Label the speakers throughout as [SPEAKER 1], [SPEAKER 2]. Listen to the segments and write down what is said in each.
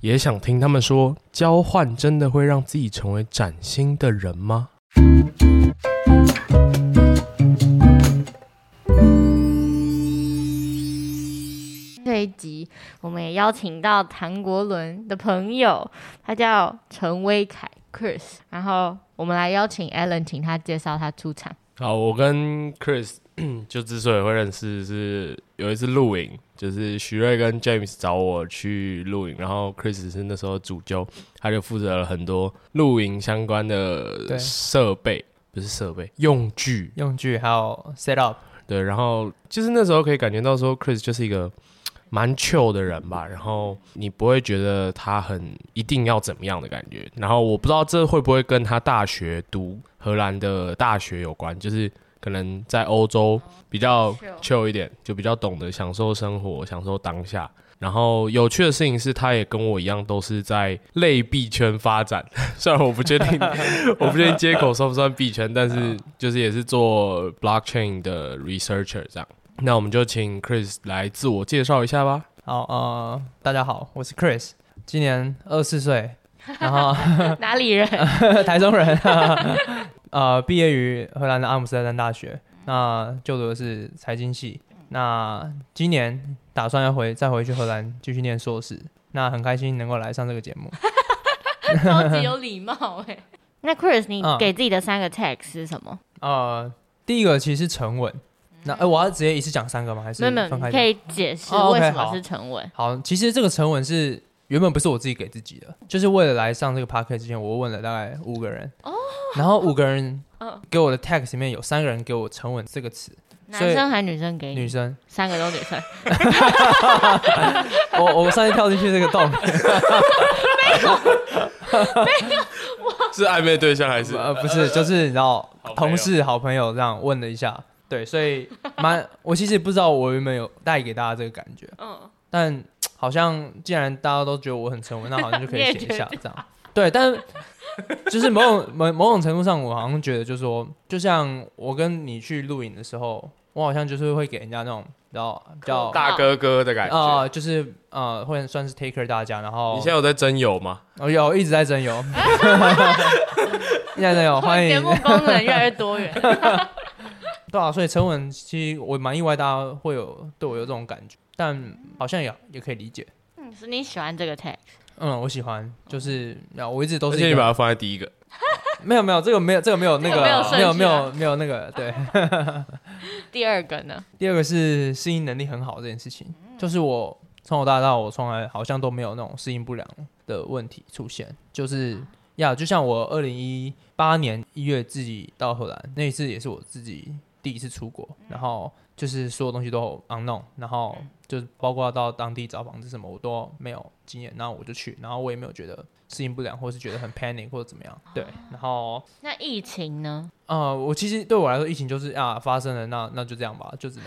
[SPEAKER 1] 也想听他们说，交换真的会让自己成为崭新的人吗？
[SPEAKER 2] 这一集，我们也邀请到唐国伦的朋友，他叫陈威凯 Chris。然后我们来邀请 Alan，请他介绍他出场。
[SPEAKER 1] 好，我跟 Chris 就之所以会认识，是有一次露营，就是徐瑞跟 James 找我去露营，然后 Chris 是那时候主揪，他就负责了很多露营相关的
[SPEAKER 3] 对
[SPEAKER 1] 设备，不是设备用具，
[SPEAKER 3] 用具还有 set up，
[SPEAKER 1] 对，然后就是那时候可以感觉到说，Chris 就是一个蛮 chill 的人吧，然后你不会觉得他很一定要怎么样的感觉。然后我不知道这会不会跟他大学读荷兰的大学有关，就是可能在欧洲比较 chill 一点，就比较懂得享受生活，享受当下。然后有趣的事情是，他也跟我一样，都是在类币圈发展。 虽然我不确定，我不确定接口算不算币圈，但是就是也是做 blockchain 的 researcher 这样。那我们就请 Chris 来自我介绍一下吧。
[SPEAKER 3] 好呃，大家好，我是 Chris，今年二十四 岁，然后
[SPEAKER 2] 哪里人？
[SPEAKER 3] 台中人， 呃，毕业于荷兰的阿姆斯特丹大学，那就读的是财经系，那今年打算要回再回去荷兰继续念硕士，那很开心能够来上这个节目，
[SPEAKER 2] 超级有礼貌哎、 那 Chris，你
[SPEAKER 3] 嗯
[SPEAKER 2] 给自己的三个 tag 是什么？
[SPEAKER 3] 呃，第一个其实是沉稳，那哎、呃我要直接一次讲三个吗？还是
[SPEAKER 2] 没有没有，
[SPEAKER 3] 分
[SPEAKER 2] 你
[SPEAKER 3] 开
[SPEAKER 2] 可
[SPEAKER 3] 讲？
[SPEAKER 2] 以解释
[SPEAKER 3] 哦
[SPEAKER 2] 为
[SPEAKER 3] ，OK，
[SPEAKER 2] 什么
[SPEAKER 3] 好
[SPEAKER 2] 是沉稳。
[SPEAKER 3] 好，其实这个沉稳是原本不是我自己给自己的，就是为了来上这个 p a r k 之前，我问了大概五个人，哦，然后五个人
[SPEAKER 2] 嗯
[SPEAKER 3] 给我的 text 里面有三个人给我沉稳这个词，
[SPEAKER 2] 男
[SPEAKER 3] 所以
[SPEAKER 2] 生还女生给
[SPEAKER 3] 女
[SPEAKER 2] 你？
[SPEAKER 3] 生，
[SPEAKER 2] 三个都女生。
[SPEAKER 3] 我我上次跳进去这个洞，
[SPEAKER 1] 是暧昧对象还是？
[SPEAKER 3] 呃，不是，就是你知道
[SPEAKER 1] 好朋友
[SPEAKER 3] 同事、好朋友这样问了一下，对，所以蛮，我其实也不知道我有没有带给大家这个感觉，
[SPEAKER 2] 嗯，
[SPEAKER 3] 但好像既然大家都觉得我很沉稳，那好像就可
[SPEAKER 2] 你也
[SPEAKER 3] 以写
[SPEAKER 2] 觉
[SPEAKER 3] 一下这样。对，但是就是某种 某某种程度上，我好像觉得就是说，就像我跟你去录影的时候，我好像就是会给人家那种比较比较
[SPEAKER 1] 大哥哥的感觉。
[SPEAKER 3] 啊、就是呃，会算是 taker 大家，然后
[SPEAKER 1] 你现在有在真友吗？
[SPEAKER 3] 哦有一直在真有，一直在真有，欢
[SPEAKER 2] 节
[SPEAKER 3] 迎
[SPEAKER 2] 目功能越来越多 元。
[SPEAKER 3] 对啊，所以陈文其实我蛮意外，大家会有对我有这种感觉，但好像也也可以理解。
[SPEAKER 2] 嗯是你喜欢这个 tag？
[SPEAKER 3] 嗯，我喜欢，就是啊，我一直都
[SPEAKER 1] 而
[SPEAKER 3] 是
[SPEAKER 1] 且
[SPEAKER 3] 一
[SPEAKER 1] 你把
[SPEAKER 3] 个
[SPEAKER 1] 它放在第一个，
[SPEAKER 3] 没有没有这个没有这个没有那
[SPEAKER 2] 这个
[SPEAKER 3] 个
[SPEAKER 2] 没有顺序啊
[SPEAKER 3] 没有没有没有那 个对。
[SPEAKER 2] 第二个呢？
[SPEAKER 3] 第二个是适应能力很好这件事情，就是我从小到大我从来好像都没有那种适应不良的问题出现，就是呀就像我二零一八年一月自己到荷兰那一次也是我自己第一次出国，然后就是所有东西都 unknown，然后就是包括到当地找房子什么我都没有经验，然后我就去，然后我也没有觉得适应不良或是觉得很 panic 或者怎么样，对，然后
[SPEAKER 2] 那疫情呢？
[SPEAKER 3] 呃，我其实对我来说，疫情就是啊发生了，那那就这样吧，就只能，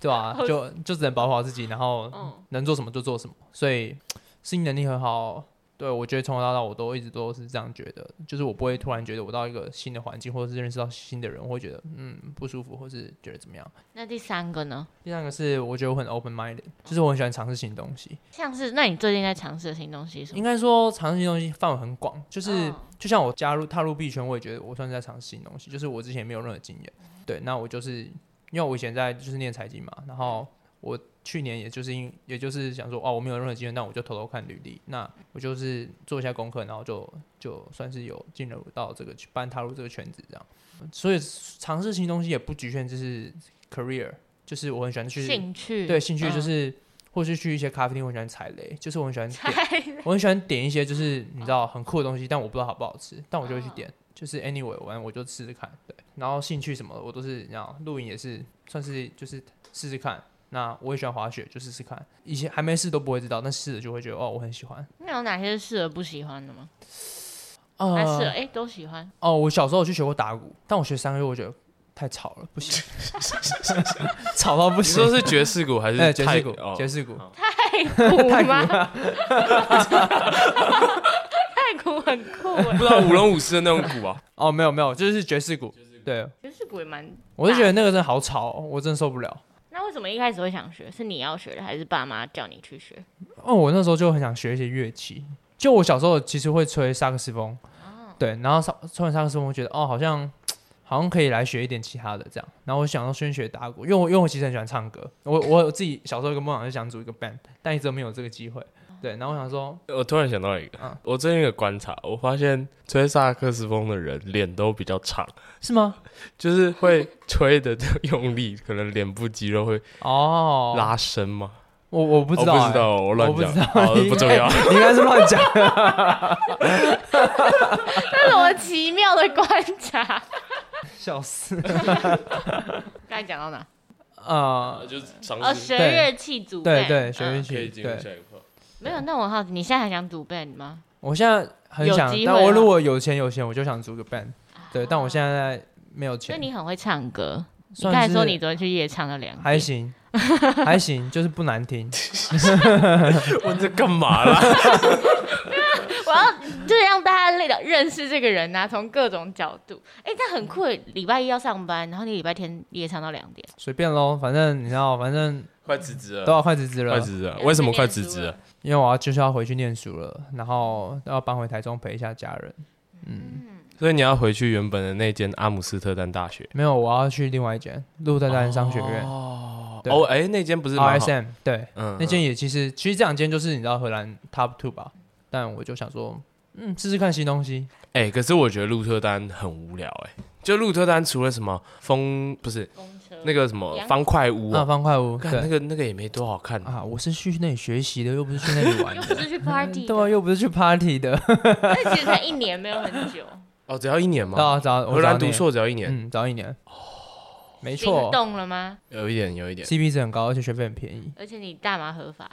[SPEAKER 3] 对吧、
[SPEAKER 2] 好
[SPEAKER 3] 就就只能保护好自己，然后
[SPEAKER 2] 嗯，
[SPEAKER 3] 能做什么就做什么。所以适应能力很好，对我觉得从小到大我都一直都是这样觉得，就是我不会突然觉得我到一个新的环境，或者是认识到新的人，我会觉得嗯不舒服，或是觉得怎么样。
[SPEAKER 2] 那第三个呢？
[SPEAKER 3] 第三个是我觉得我很 open minded，就是我很喜欢尝试新东西。
[SPEAKER 2] 像是，那你最近在尝试的新东西是什么？
[SPEAKER 3] 应该说尝试新东西范围很广，就是、
[SPEAKER 2] 嗯
[SPEAKER 3] 就像我加入踏入币圈，我也觉得我算是在尝试新东西，就是我之前没有任何经验。对，那我就是因为我以前在就是念财经嘛，然后我去年也就是因也就是想说哦，我没有任何经验，那我就偷偷看履历，那我就是做一下功课，然后就就算是有进入到这个半踏入这个圈子这样。所以尝试新东西也不局限就是 career，就是我很喜欢去
[SPEAKER 2] 兴趣？
[SPEAKER 3] 对兴趣就
[SPEAKER 2] 嗯
[SPEAKER 3] 是。或是去一些咖啡厅，我很喜欢踩雷，就是我很喜欢点
[SPEAKER 2] 猜
[SPEAKER 3] 我很喜欢点一些就是你知道很酷的东西，但我不知道好不好吃，但我就会去点。就是 anyway 玩我就试试看，对。然后兴趣什么的我都是，然后露营也是算是就是试试看。那我也喜欢滑雪，就试试看。以前还没试都不会知道，但试了就会觉得哦，我很喜欢。
[SPEAKER 2] 那有哪些是适合不喜欢的吗？还是
[SPEAKER 3] 呃，
[SPEAKER 2] 哎都喜欢。
[SPEAKER 3] 哦，我小时候有去学过打鼓，但我学三个月，我觉得太吵了，不行， 吵到不
[SPEAKER 1] 你说
[SPEAKER 3] 行。
[SPEAKER 1] 是爵士鼓 还是
[SPEAKER 3] 哎，爵
[SPEAKER 1] 泰
[SPEAKER 3] 士鼓，
[SPEAKER 1] 哦
[SPEAKER 3] 爵士鼓，
[SPEAKER 2] 太酷
[SPEAKER 3] 太
[SPEAKER 2] 吗？
[SPEAKER 3] 鼓了，
[SPEAKER 2] 太酷很 酷哎，
[SPEAKER 1] 不知道舞龙舞狮的那种鼓啊吧？
[SPEAKER 3] 哦，没有没有，就是爵士鼓。对，
[SPEAKER 2] 爵士鼓也蛮。
[SPEAKER 3] 我就觉得那个真的好吵哦，我真的受不了。
[SPEAKER 2] 那为什么一开始会想学？是你要学的，还是爸妈叫你去 学？
[SPEAKER 3] 哦，我那时候就很想学一些乐器。就我小时候其实会吹萨克斯风，对，然后萨吹完萨克斯风，我觉得哦，好像好像可以来学一点其他的这样。然后我想要先学打鼓，因为我因为我其实很喜欢唱歌，我我自己小时候有个梦想是想组一个 band，但一直都没有这个机会。对，然后我想说，
[SPEAKER 1] 我突然想到一个，
[SPEAKER 3] 嗯
[SPEAKER 1] 我最近有观察，我发现吹萨克斯风的人脸都比较长，
[SPEAKER 3] 是吗？
[SPEAKER 1] 就是会吹的 用力，可能脸部肌肉会
[SPEAKER 3] 哦，
[SPEAKER 1] 拉伸吗？
[SPEAKER 3] 我我不
[SPEAKER 1] 我
[SPEAKER 3] 知道、
[SPEAKER 1] 哦不知道，我乱
[SPEAKER 3] 我不
[SPEAKER 1] 讲
[SPEAKER 3] 知道，
[SPEAKER 1] 好
[SPEAKER 3] 你
[SPEAKER 1] 不重要。
[SPEAKER 3] 欸，你 应该是乱讲。
[SPEAKER 2] 这是我奇妙的观察。
[SPEAKER 3] 笑死。
[SPEAKER 2] 刚才讲到哪？
[SPEAKER 3] 呃，
[SPEAKER 1] 就是尝
[SPEAKER 2] 哦，
[SPEAKER 1] 试
[SPEAKER 2] 学乐器组
[SPEAKER 3] 对
[SPEAKER 2] band
[SPEAKER 3] 对，学乐
[SPEAKER 2] 嗯
[SPEAKER 3] 器，对。
[SPEAKER 1] 下一步。
[SPEAKER 2] 没有，那我好奇，你现在还想组 band 吗？
[SPEAKER 3] 我现在很
[SPEAKER 2] 有
[SPEAKER 3] 想，
[SPEAKER 2] 机
[SPEAKER 3] 但
[SPEAKER 2] 会啊
[SPEAKER 3] 我
[SPEAKER 2] 了
[SPEAKER 3] 如果有钱有闲，我就想组个 band。对，但我现在没有
[SPEAKER 2] 那
[SPEAKER 3] 钱。
[SPEAKER 2] 你很会唱歌。你
[SPEAKER 3] 算
[SPEAKER 2] 刚才说
[SPEAKER 3] 是
[SPEAKER 2] 你昨天去夜唱了两
[SPEAKER 3] 还
[SPEAKER 2] 遍，
[SPEAKER 3] 行，还行，就是不难听。
[SPEAKER 1] 问这干嘛啦？
[SPEAKER 2] 我要 就是让大家认认识这个人啊，从各种角度。哎，那很酷耶！礼拜一要上班，然后你礼拜天夜唱到两点，
[SPEAKER 3] 随便咯，反正你知道，反正
[SPEAKER 1] 快辞职
[SPEAKER 3] 都
[SPEAKER 1] 了，
[SPEAKER 3] 要快辞职
[SPEAKER 1] 快
[SPEAKER 3] 了，
[SPEAKER 1] 辞职了，为什么快辞职了？啊
[SPEAKER 3] 因为我要就是要回去念书了，然后要搬回台中陪一下家人。
[SPEAKER 1] 所以你要回去原本的那间阿姆斯特丹大学，
[SPEAKER 3] 没有，我要去另外一间鹿特丹商学院、
[SPEAKER 1] 哦
[SPEAKER 3] 对
[SPEAKER 1] 哦，哎，那间不是蛮好
[SPEAKER 3] RSM，对，
[SPEAKER 1] 嗯
[SPEAKER 3] 那间也其实其实这两间就是你知道荷兰 Top Two 吧，但我就想说，嗯，试试看新东西。
[SPEAKER 1] 哎、可是我觉得鹿特丹很无聊哎、就鹿特丹除了什么风不是
[SPEAKER 2] 公车
[SPEAKER 1] 那个什么
[SPEAKER 2] 洋
[SPEAKER 1] 方块屋、
[SPEAKER 3] 啊，
[SPEAKER 1] 啊，
[SPEAKER 3] 方块屋，
[SPEAKER 1] 干那
[SPEAKER 3] 对
[SPEAKER 1] 个那个也没多好看，
[SPEAKER 3] 啊，我是去那里学习的，又不是去那里玩
[SPEAKER 2] 又不
[SPEAKER 3] 的。
[SPEAKER 2] 是去 party，
[SPEAKER 3] 对啊，
[SPEAKER 2] 的
[SPEAKER 3] 又不是去 party 的。
[SPEAKER 2] 但其实才一年，没有很久。
[SPEAKER 1] 哦，只要一年
[SPEAKER 3] 到
[SPEAKER 1] 嘛，
[SPEAKER 3] 早
[SPEAKER 1] 荷兰读，硕只要一
[SPEAKER 3] 啊我早
[SPEAKER 1] 年，
[SPEAKER 3] 念嗯，早一年。哦， 没
[SPEAKER 2] 心
[SPEAKER 3] 错。
[SPEAKER 2] 动了吗？
[SPEAKER 1] 有一点有一点，
[SPEAKER 3] CP 值很高，而且学费很便宜。
[SPEAKER 2] 而且你大麻合法，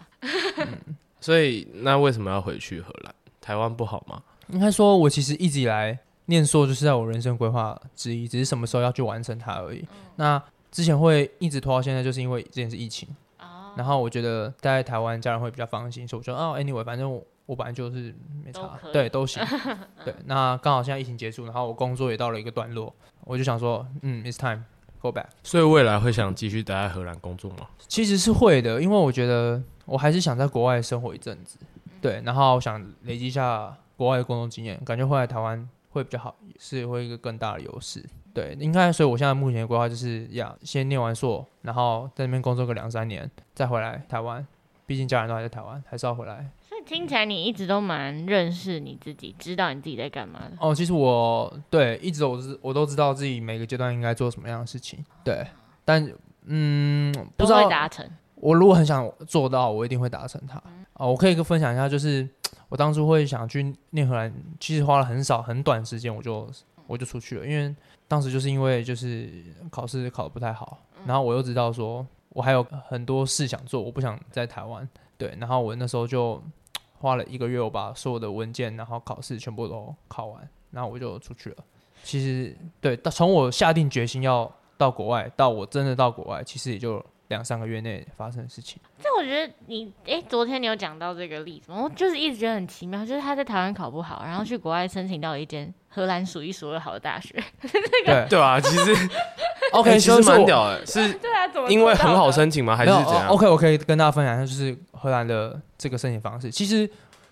[SPEAKER 1] 所以那为什么要回去荷兰？台湾不好吗？
[SPEAKER 3] 应该说，我其实一直以来念硕就是在我人生规划之一，只是什么时候要去完成它而已。
[SPEAKER 2] 嗯
[SPEAKER 3] 那之前会一直拖到现在，就是因为之前是疫情。
[SPEAKER 2] 哦
[SPEAKER 3] 然后我觉得待在台湾家人会比较放心，所以我觉得哦，anyway，反正我我本来就是没
[SPEAKER 2] 都
[SPEAKER 3] 差
[SPEAKER 2] 可，以
[SPEAKER 3] 对，都行。对，那刚好现在疫情结束，然后我工作也到了一个段落，我就想说，嗯，it's time go back。
[SPEAKER 1] 所以未来会想继续待在荷兰工作吗？
[SPEAKER 3] 其实是会的，因为我觉得我还是想在国外生活一阵子，
[SPEAKER 2] 嗯
[SPEAKER 3] 对，然后想累积一下国外的工作经验，感觉回来台湾会比较好，是会一个更大的优势。对，应该，所以我现在目前的规划就是要先念完硕，然后在那边工作个两三年，再回来台湾。毕竟家人都还在台湾，还是要回来。
[SPEAKER 2] 所以听起来你一直都蛮认识你自己，知道你自己在干嘛的。
[SPEAKER 3] 哦，其实我对一直我知我都知道自己每个阶段应该做什么样的事情，对，但嗯，不
[SPEAKER 2] 都
[SPEAKER 3] 知道
[SPEAKER 2] 会达成，
[SPEAKER 3] 我如果很想做到，我一定会达成它。哦，我可以跟分享一下，就是我当初会想去念荷兰，其实花了很少很短时间，我就我就出去了，因为当时就是因为就是考试考得不太好，然后我又知道说我还有很多事想做，我不想在台湾。对，然后我那时候就花了一个月，我把所有的文件，然后考试全部都考完，然后我就出去了。其实对，到从我下定决心要到国外，到我真的到国外，其实也就两三个月内发生的事情。
[SPEAKER 2] 但我觉得你，哎、昨天你有讲到这个例子吗？我就是一直觉得很奇妙，就是他在台湾考不好，然后去国外申请到一间荷兰数一数二好的大 学。
[SPEAKER 3] 对
[SPEAKER 1] 对啊，其实
[SPEAKER 3] ，OK，
[SPEAKER 1] 哎其实
[SPEAKER 3] 就是我
[SPEAKER 1] 蛮屌哎、是
[SPEAKER 2] 对啊，怎么
[SPEAKER 1] 因为很好申请吗？还是
[SPEAKER 3] 没有哦
[SPEAKER 1] 怎样？
[SPEAKER 3] o k 我可以跟大家分享一下，就是荷兰的这个申请方式。其实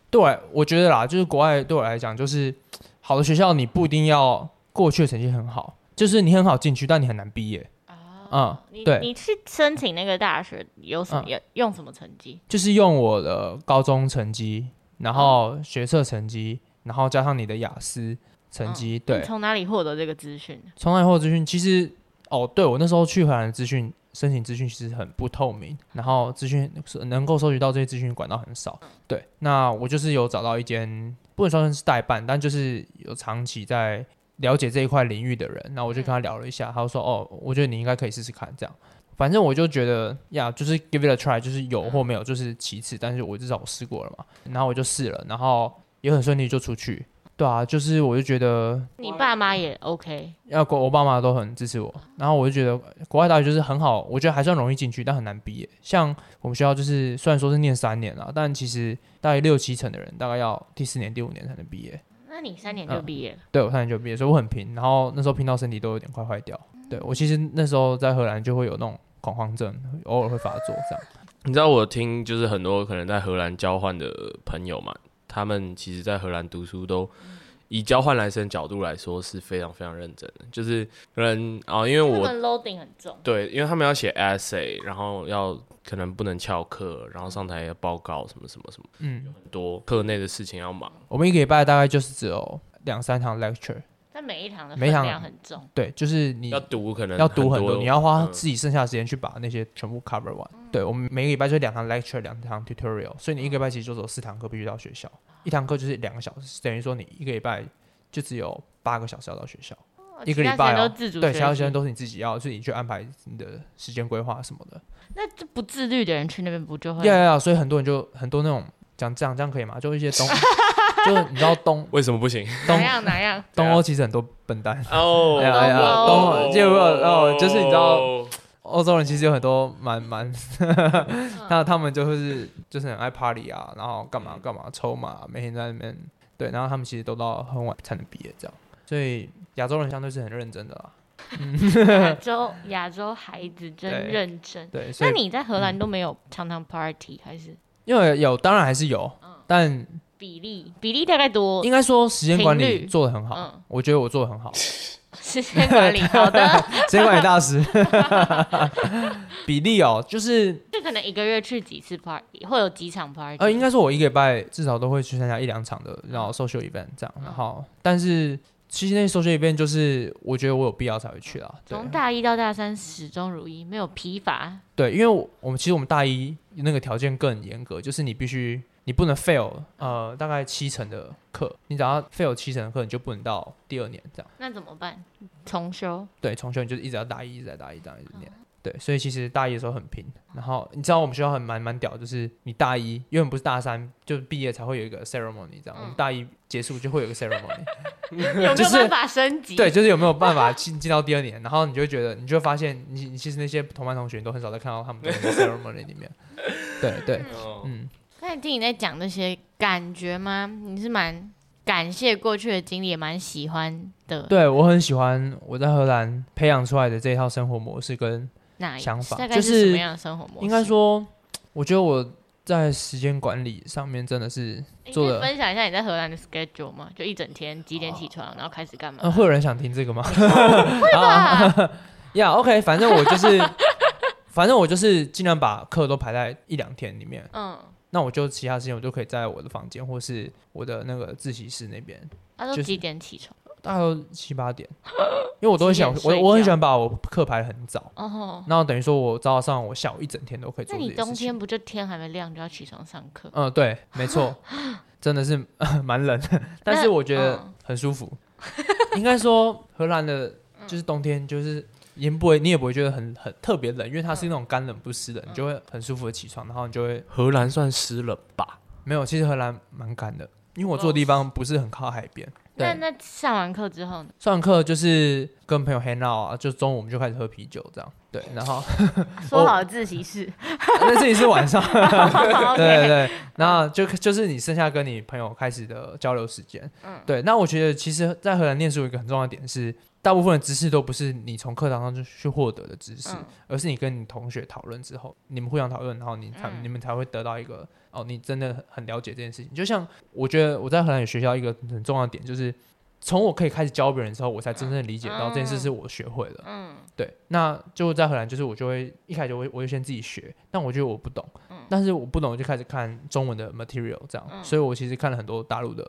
[SPEAKER 3] 对我来我觉得啦，就是国外对我来讲，就是好的学校你不一定要过去的成绩很好，就是你很好进去，但你很难毕业。
[SPEAKER 2] 啊
[SPEAKER 3] 嗯，
[SPEAKER 2] 哦你
[SPEAKER 3] 对
[SPEAKER 2] 你去申请那个大学有什么、
[SPEAKER 3] 嗯
[SPEAKER 2] 有用什么成绩？
[SPEAKER 3] 就是用我的高中成绩，然后学测成绩，然后加上你的雅思成绩，对
[SPEAKER 2] 嗯你，从哪里获得这个资讯？
[SPEAKER 3] 从那以后资讯，其实哦，对我那时候去荷兰的资讯申请资讯其实很不透明，然后资讯能够收集到这些资讯管道很少。对，那我就是有找到一间不能说是代办，但就是有长期在了解这一块领域的人，那我就跟他聊了一下，他就说哦，我觉得你应该可以试试看这样。反正我就觉得呀就是 give it a try，就是有或没有就是其次，但是我至少我试过了嘛，然后我就试了，然后也很顺利就出去，对啊，就是我就觉得
[SPEAKER 2] 你爸妈也 OK，
[SPEAKER 3] 要国我爸妈都很支持我，然后我就觉得国外大学就是很好，我觉得还算容易进去，但很难毕业。像我们学校就是虽然说是念三年啦，但其实大概六七成的人大概要第四年、第五年才能毕业。
[SPEAKER 2] 那你三年就
[SPEAKER 3] 嗯
[SPEAKER 2] 毕业了，
[SPEAKER 3] 对我三年就毕业，所以我很拼，然后那时候拼到身体都有点快坏掉。对我其实那时候在荷兰就会有那种恐慌症，偶尔会发作这样。
[SPEAKER 1] 你知道我听就是很多可能在荷兰交换的朋友嘛，他们其实在荷兰读书都以交换来生角度来说是非常非常认真的，就是可能啊，因为
[SPEAKER 2] 他
[SPEAKER 1] 我
[SPEAKER 3] 嗯
[SPEAKER 2] 们 loading 很重，
[SPEAKER 1] 对，因为他们要写 essay，然后要可能不能翘课，然后上台要报告什么什么什么，
[SPEAKER 3] 嗯，
[SPEAKER 1] 很多课内的事情要忙。
[SPEAKER 3] 我们一个礼拜大概就是只有两三堂 lecture，
[SPEAKER 2] 但每一堂的
[SPEAKER 3] 每一
[SPEAKER 2] 分
[SPEAKER 3] 堂
[SPEAKER 2] 量很重，
[SPEAKER 3] 对，就是你
[SPEAKER 1] 要读可能
[SPEAKER 3] 嗯要读很多，
[SPEAKER 1] 多，
[SPEAKER 3] 你要花
[SPEAKER 1] 嗯
[SPEAKER 3] 自己剩下的时间去把那些全部 cover 完。对我们每个礼拜就两堂 lecture，两堂 tutorial，所以你一个礼拜其实就只有四堂课必须到学校，一堂课就是两个小时，等于说你一个礼拜就只有八个小时要到学校。一个礼
[SPEAKER 2] 其他
[SPEAKER 3] 拜
[SPEAKER 2] 时间
[SPEAKER 3] 哦
[SPEAKER 2] 都自主
[SPEAKER 3] 对，其他
[SPEAKER 2] 学
[SPEAKER 3] 时
[SPEAKER 2] 习
[SPEAKER 3] 间。都是你自己要，是你去安排你的时间规划什么的。
[SPEAKER 2] 那这不自律的人去那边不就会？
[SPEAKER 3] 呀呀呀！所以很多人就很多那种讲这样这样可以吗？就一些东， 就是你知道东
[SPEAKER 1] 为什么不行？
[SPEAKER 2] 哪
[SPEAKER 3] 东
[SPEAKER 2] 样哪样？
[SPEAKER 3] 东欧其实很多笨蛋，
[SPEAKER 1] 哦
[SPEAKER 3] 哎呀
[SPEAKER 2] 哎呀
[SPEAKER 3] 懂了就哦就是你知道欧洲人其实有很多蛮蛮，
[SPEAKER 2] 嗯
[SPEAKER 3] 那 他们就会是就是很爱 party 啊，然后干嘛干嘛抽嘛，每天在那边对，然后他们其实都到很晚才能毕业这样，所以亚洲人相对是很认真的啦，
[SPEAKER 2] 亚洲亚洲孩子真
[SPEAKER 3] 对
[SPEAKER 2] 认真。
[SPEAKER 3] 对，所
[SPEAKER 2] 那
[SPEAKER 3] 以
[SPEAKER 2] 你在荷兰都没有常常 party 还是
[SPEAKER 3] 因为有当然还是有，
[SPEAKER 2] 嗯
[SPEAKER 3] 但
[SPEAKER 2] 比例比例大概多
[SPEAKER 3] 应该说时间管
[SPEAKER 2] 频率
[SPEAKER 3] 理做的很好，
[SPEAKER 2] 嗯
[SPEAKER 3] 我觉得我做的很好，时
[SPEAKER 2] 时间管理好 的，
[SPEAKER 3] 间管理 大师，比例哦，就是
[SPEAKER 2] 就可能一个月去几次 party，会有几场 party。
[SPEAKER 3] 呃，应该说我一个礼拜至少都会去参加一两场的，然后 social event 这样，然后但是其实那些 social event 就是我觉得我有必要才会去啦，对
[SPEAKER 2] 从大一到大三始终如一，没有疲乏。
[SPEAKER 3] 对，因为我我们其实我们大一那个条件更严格，就是你必须你不能 fail 呃大概七成的课，你只要 fail 七成的课，你就不能到第二年这样，
[SPEAKER 2] 那怎么办？重 修？
[SPEAKER 3] 对，从小你就一直要大一，一直在大一这样一直念。对，所以其实大一的时候很拼，然后你知道我们学校很蛮蛮屌，就是你大一原本不是大三，就是毕业才会有一个 ceremony 这样，我们大一结束就会有一个 ceremony，
[SPEAKER 2] 有没
[SPEAKER 3] 就
[SPEAKER 2] 有
[SPEAKER 3] 是
[SPEAKER 2] 办法升级？
[SPEAKER 3] 对，，就是有没有办法进 进到第二年，然后你就会觉得，你就会发现你，你其实那些同班同学，你都很少再看到他们在那个 ceremony 里面。对对，嗯，
[SPEAKER 2] 刚才听你在讲那些感觉吗？你是蛮感谢过去的经历，也蛮喜欢的。
[SPEAKER 3] 对我很喜欢我在荷兰培养出来的这一套生活模式，跟
[SPEAKER 2] 那
[SPEAKER 3] 想法
[SPEAKER 2] 大概
[SPEAKER 3] 就是
[SPEAKER 2] 什么
[SPEAKER 3] 是
[SPEAKER 2] 样的生活模式？
[SPEAKER 3] 应该说，我觉得我在时间管理上面真的是，
[SPEAKER 2] 诶
[SPEAKER 3] 做
[SPEAKER 2] 可以
[SPEAKER 3] 了
[SPEAKER 2] 分享一下你在荷兰的 schedule 吗？就一整天几点起床，然后开始干嘛
[SPEAKER 3] 呃，？会啊有人想听这个吗？会吧？呀、yeah,，OK，反正我就是， 反正我就是尽量把课都排在一两天里面，
[SPEAKER 2] 嗯，
[SPEAKER 3] 那我就其他时间我就可以在我的房间或是我的那个自习室那边。
[SPEAKER 2] 他啊都
[SPEAKER 3] 就是
[SPEAKER 2] 几点起床？
[SPEAKER 3] 大概都七八点，因为我都会想
[SPEAKER 2] 几点，睡
[SPEAKER 3] 我
[SPEAKER 2] 觉
[SPEAKER 3] 我很喜欢把我课排得很早，
[SPEAKER 2] 哦，
[SPEAKER 3] 然后等于说我早上我下午一整天都可以做
[SPEAKER 2] 那
[SPEAKER 3] 这
[SPEAKER 2] 你
[SPEAKER 3] 些
[SPEAKER 2] 冬
[SPEAKER 3] 事
[SPEAKER 2] 天
[SPEAKER 3] 情。
[SPEAKER 2] 不就天还没亮就要起床上课？
[SPEAKER 3] 嗯，对，没错，真的是 蛮冷的，但是我觉得
[SPEAKER 2] 嗯
[SPEAKER 3] 很舒服。应该说荷兰的，
[SPEAKER 2] 嗯
[SPEAKER 3] 就是冬天就是。也不会，你也不会觉得很很特别冷，因为它是那种干冷不湿
[SPEAKER 2] 嗯
[SPEAKER 3] 冷，你就会很舒服的起床，然后你就会
[SPEAKER 1] 荷兰算湿了吧？
[SPEAKER 3] 没有。其实荷兰蛮干的，因为我住的地方不是很靠海边。对
[SPEAKER 2] 哦那，那上完课之后呢？
[SPEAKER 3] 上完课就是跟朋友 hang out 啊，就中午我们就开始喝啤酒这样。对，然后 啊
[SPEAKER 2] 说好的自习室，
[SPEAKER 3] 那这里是晚上，
[SPEAKER 2] 哦 OK
[SPEAKER 3] 对对对，然后就就是你剩下跟你朋友开始的交流时间，嗯，对。那我觉得其实，在荷兰念书有一个很重要的点是，大部分的知识都不是你从课堂上就去获得的知识，
[SPEAKER 2] 嗯
[SPEAKER 3] 而是你跟你同学讨论之后，你们互相讨论，然后你才、
[SPEAKER 2] 嗯
[SPEAKER 3] 你们才会得到一个哦，你真的很了解这件事情。就像我觉得我在荷兰有学校一个很重要的点就是。从我可以开始教别人之后，我才真正理解到这件事是我学会了。
[SPEAKER 2] 嗯，
[SPEAKER 3] 对，那就在荷兰，就是我就会一开始我会我就先自己学，但我觉得我不懂，但是我不懂我就开始看中文的 material 这样，所以我其实看了很多大陆的，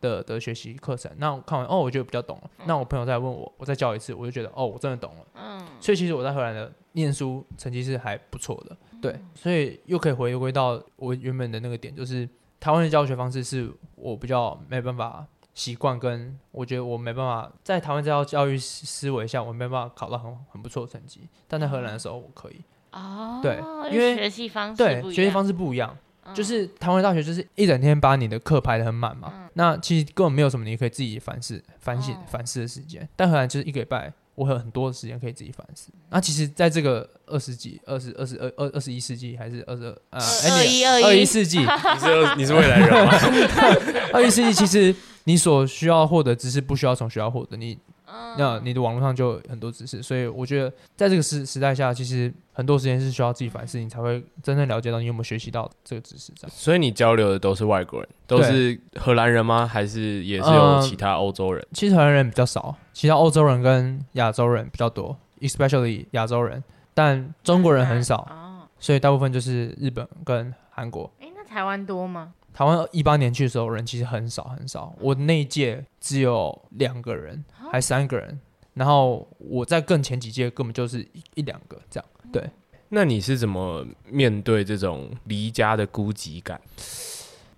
[SPEAKER 3] 的的学习课程。那我看完哦，我觉得比较懂了。那我朋友再问我，我再教一次，我就觉得哦，我真的懂了。所以其实我在荷兰的念书成绩是还不错的，对，所以又可以回归到我原本的那个点，就是台湾的教学方式是我比较没办法习惯，跟我觉得我没办法在台湾这套教育思思维下，我没办法考到很很不错的成绩，但在荷兰的时候我可以，
[SPEAKER 2] 哦，
[SPEAKER 3] 对
[SPEAKER 2] 就
[SPEAKER 3] 因为
[SPEAKER 2] 学习方式
[SPEAKER 3] 对
[SPEAKER 2] 不，一
[SPEAKER 3] 学习
[SPEAKER 2] 样嗯
[SPEAKER 3] 方式不一样，就是台湾的大学就是一整天把你的课排得很满嘛，那其实根本没有什么你可以自己反思、反省、
[SPEAKER 2] 嗯哦
[SPEAKER 3] 反思的时间。但荷兰就是一个礼拜，我有很多的时间可以自己反思。那其实在这个二十几、二十、二十二、二二十一世纪还是二十二啊，
[SPEAKER 2] 二一
[SPEAKER 3] 二
[SPEAKER 2] 二
[SPEAKER 3] 一
[SPEAKER 2] 一
[SPEAKER 3] 世纪，
[SPEAKER 1] 你是你是未来人吗？
[SPEAKER 3] 二一世纪其实你所需要获得知识不需要从学校获得，
[SPEAKER 2] 嗯
[SPEAKER 3] 你那你的网络上就有很多知识，所以我觉得在这个时时代下，其实很多时间是需要自己反思，你才会真正了解到你有没有学习到这个知识。这 样
[SPEAKER 1] 所以你交流的都是外国人，都是荷兰人吗？还是也是有
[SPEAKER 3] 呃
[SPEAKER 1] 其他欧洲人？
[SPEAKER 3] 其实荷兰人比较少，其他欧洲人跟亚洲人比较多，especially 亚洲人，但中国人很少，
[SPEAKER 2] 哦，
[SPEAKER 3] 所以大部分就是日本跟韩国。
[SPEAKER 2] 哎，那台湾多吗？
[SPEAKER 3] 台湾一八年去的时候，人其实很少很少，我那一届只有两个人，还三个人，然后我在更前几届根本就是一一两个这样。对，
[SPEAKER 1] 那你是怎么面对这种离家的孤寂感？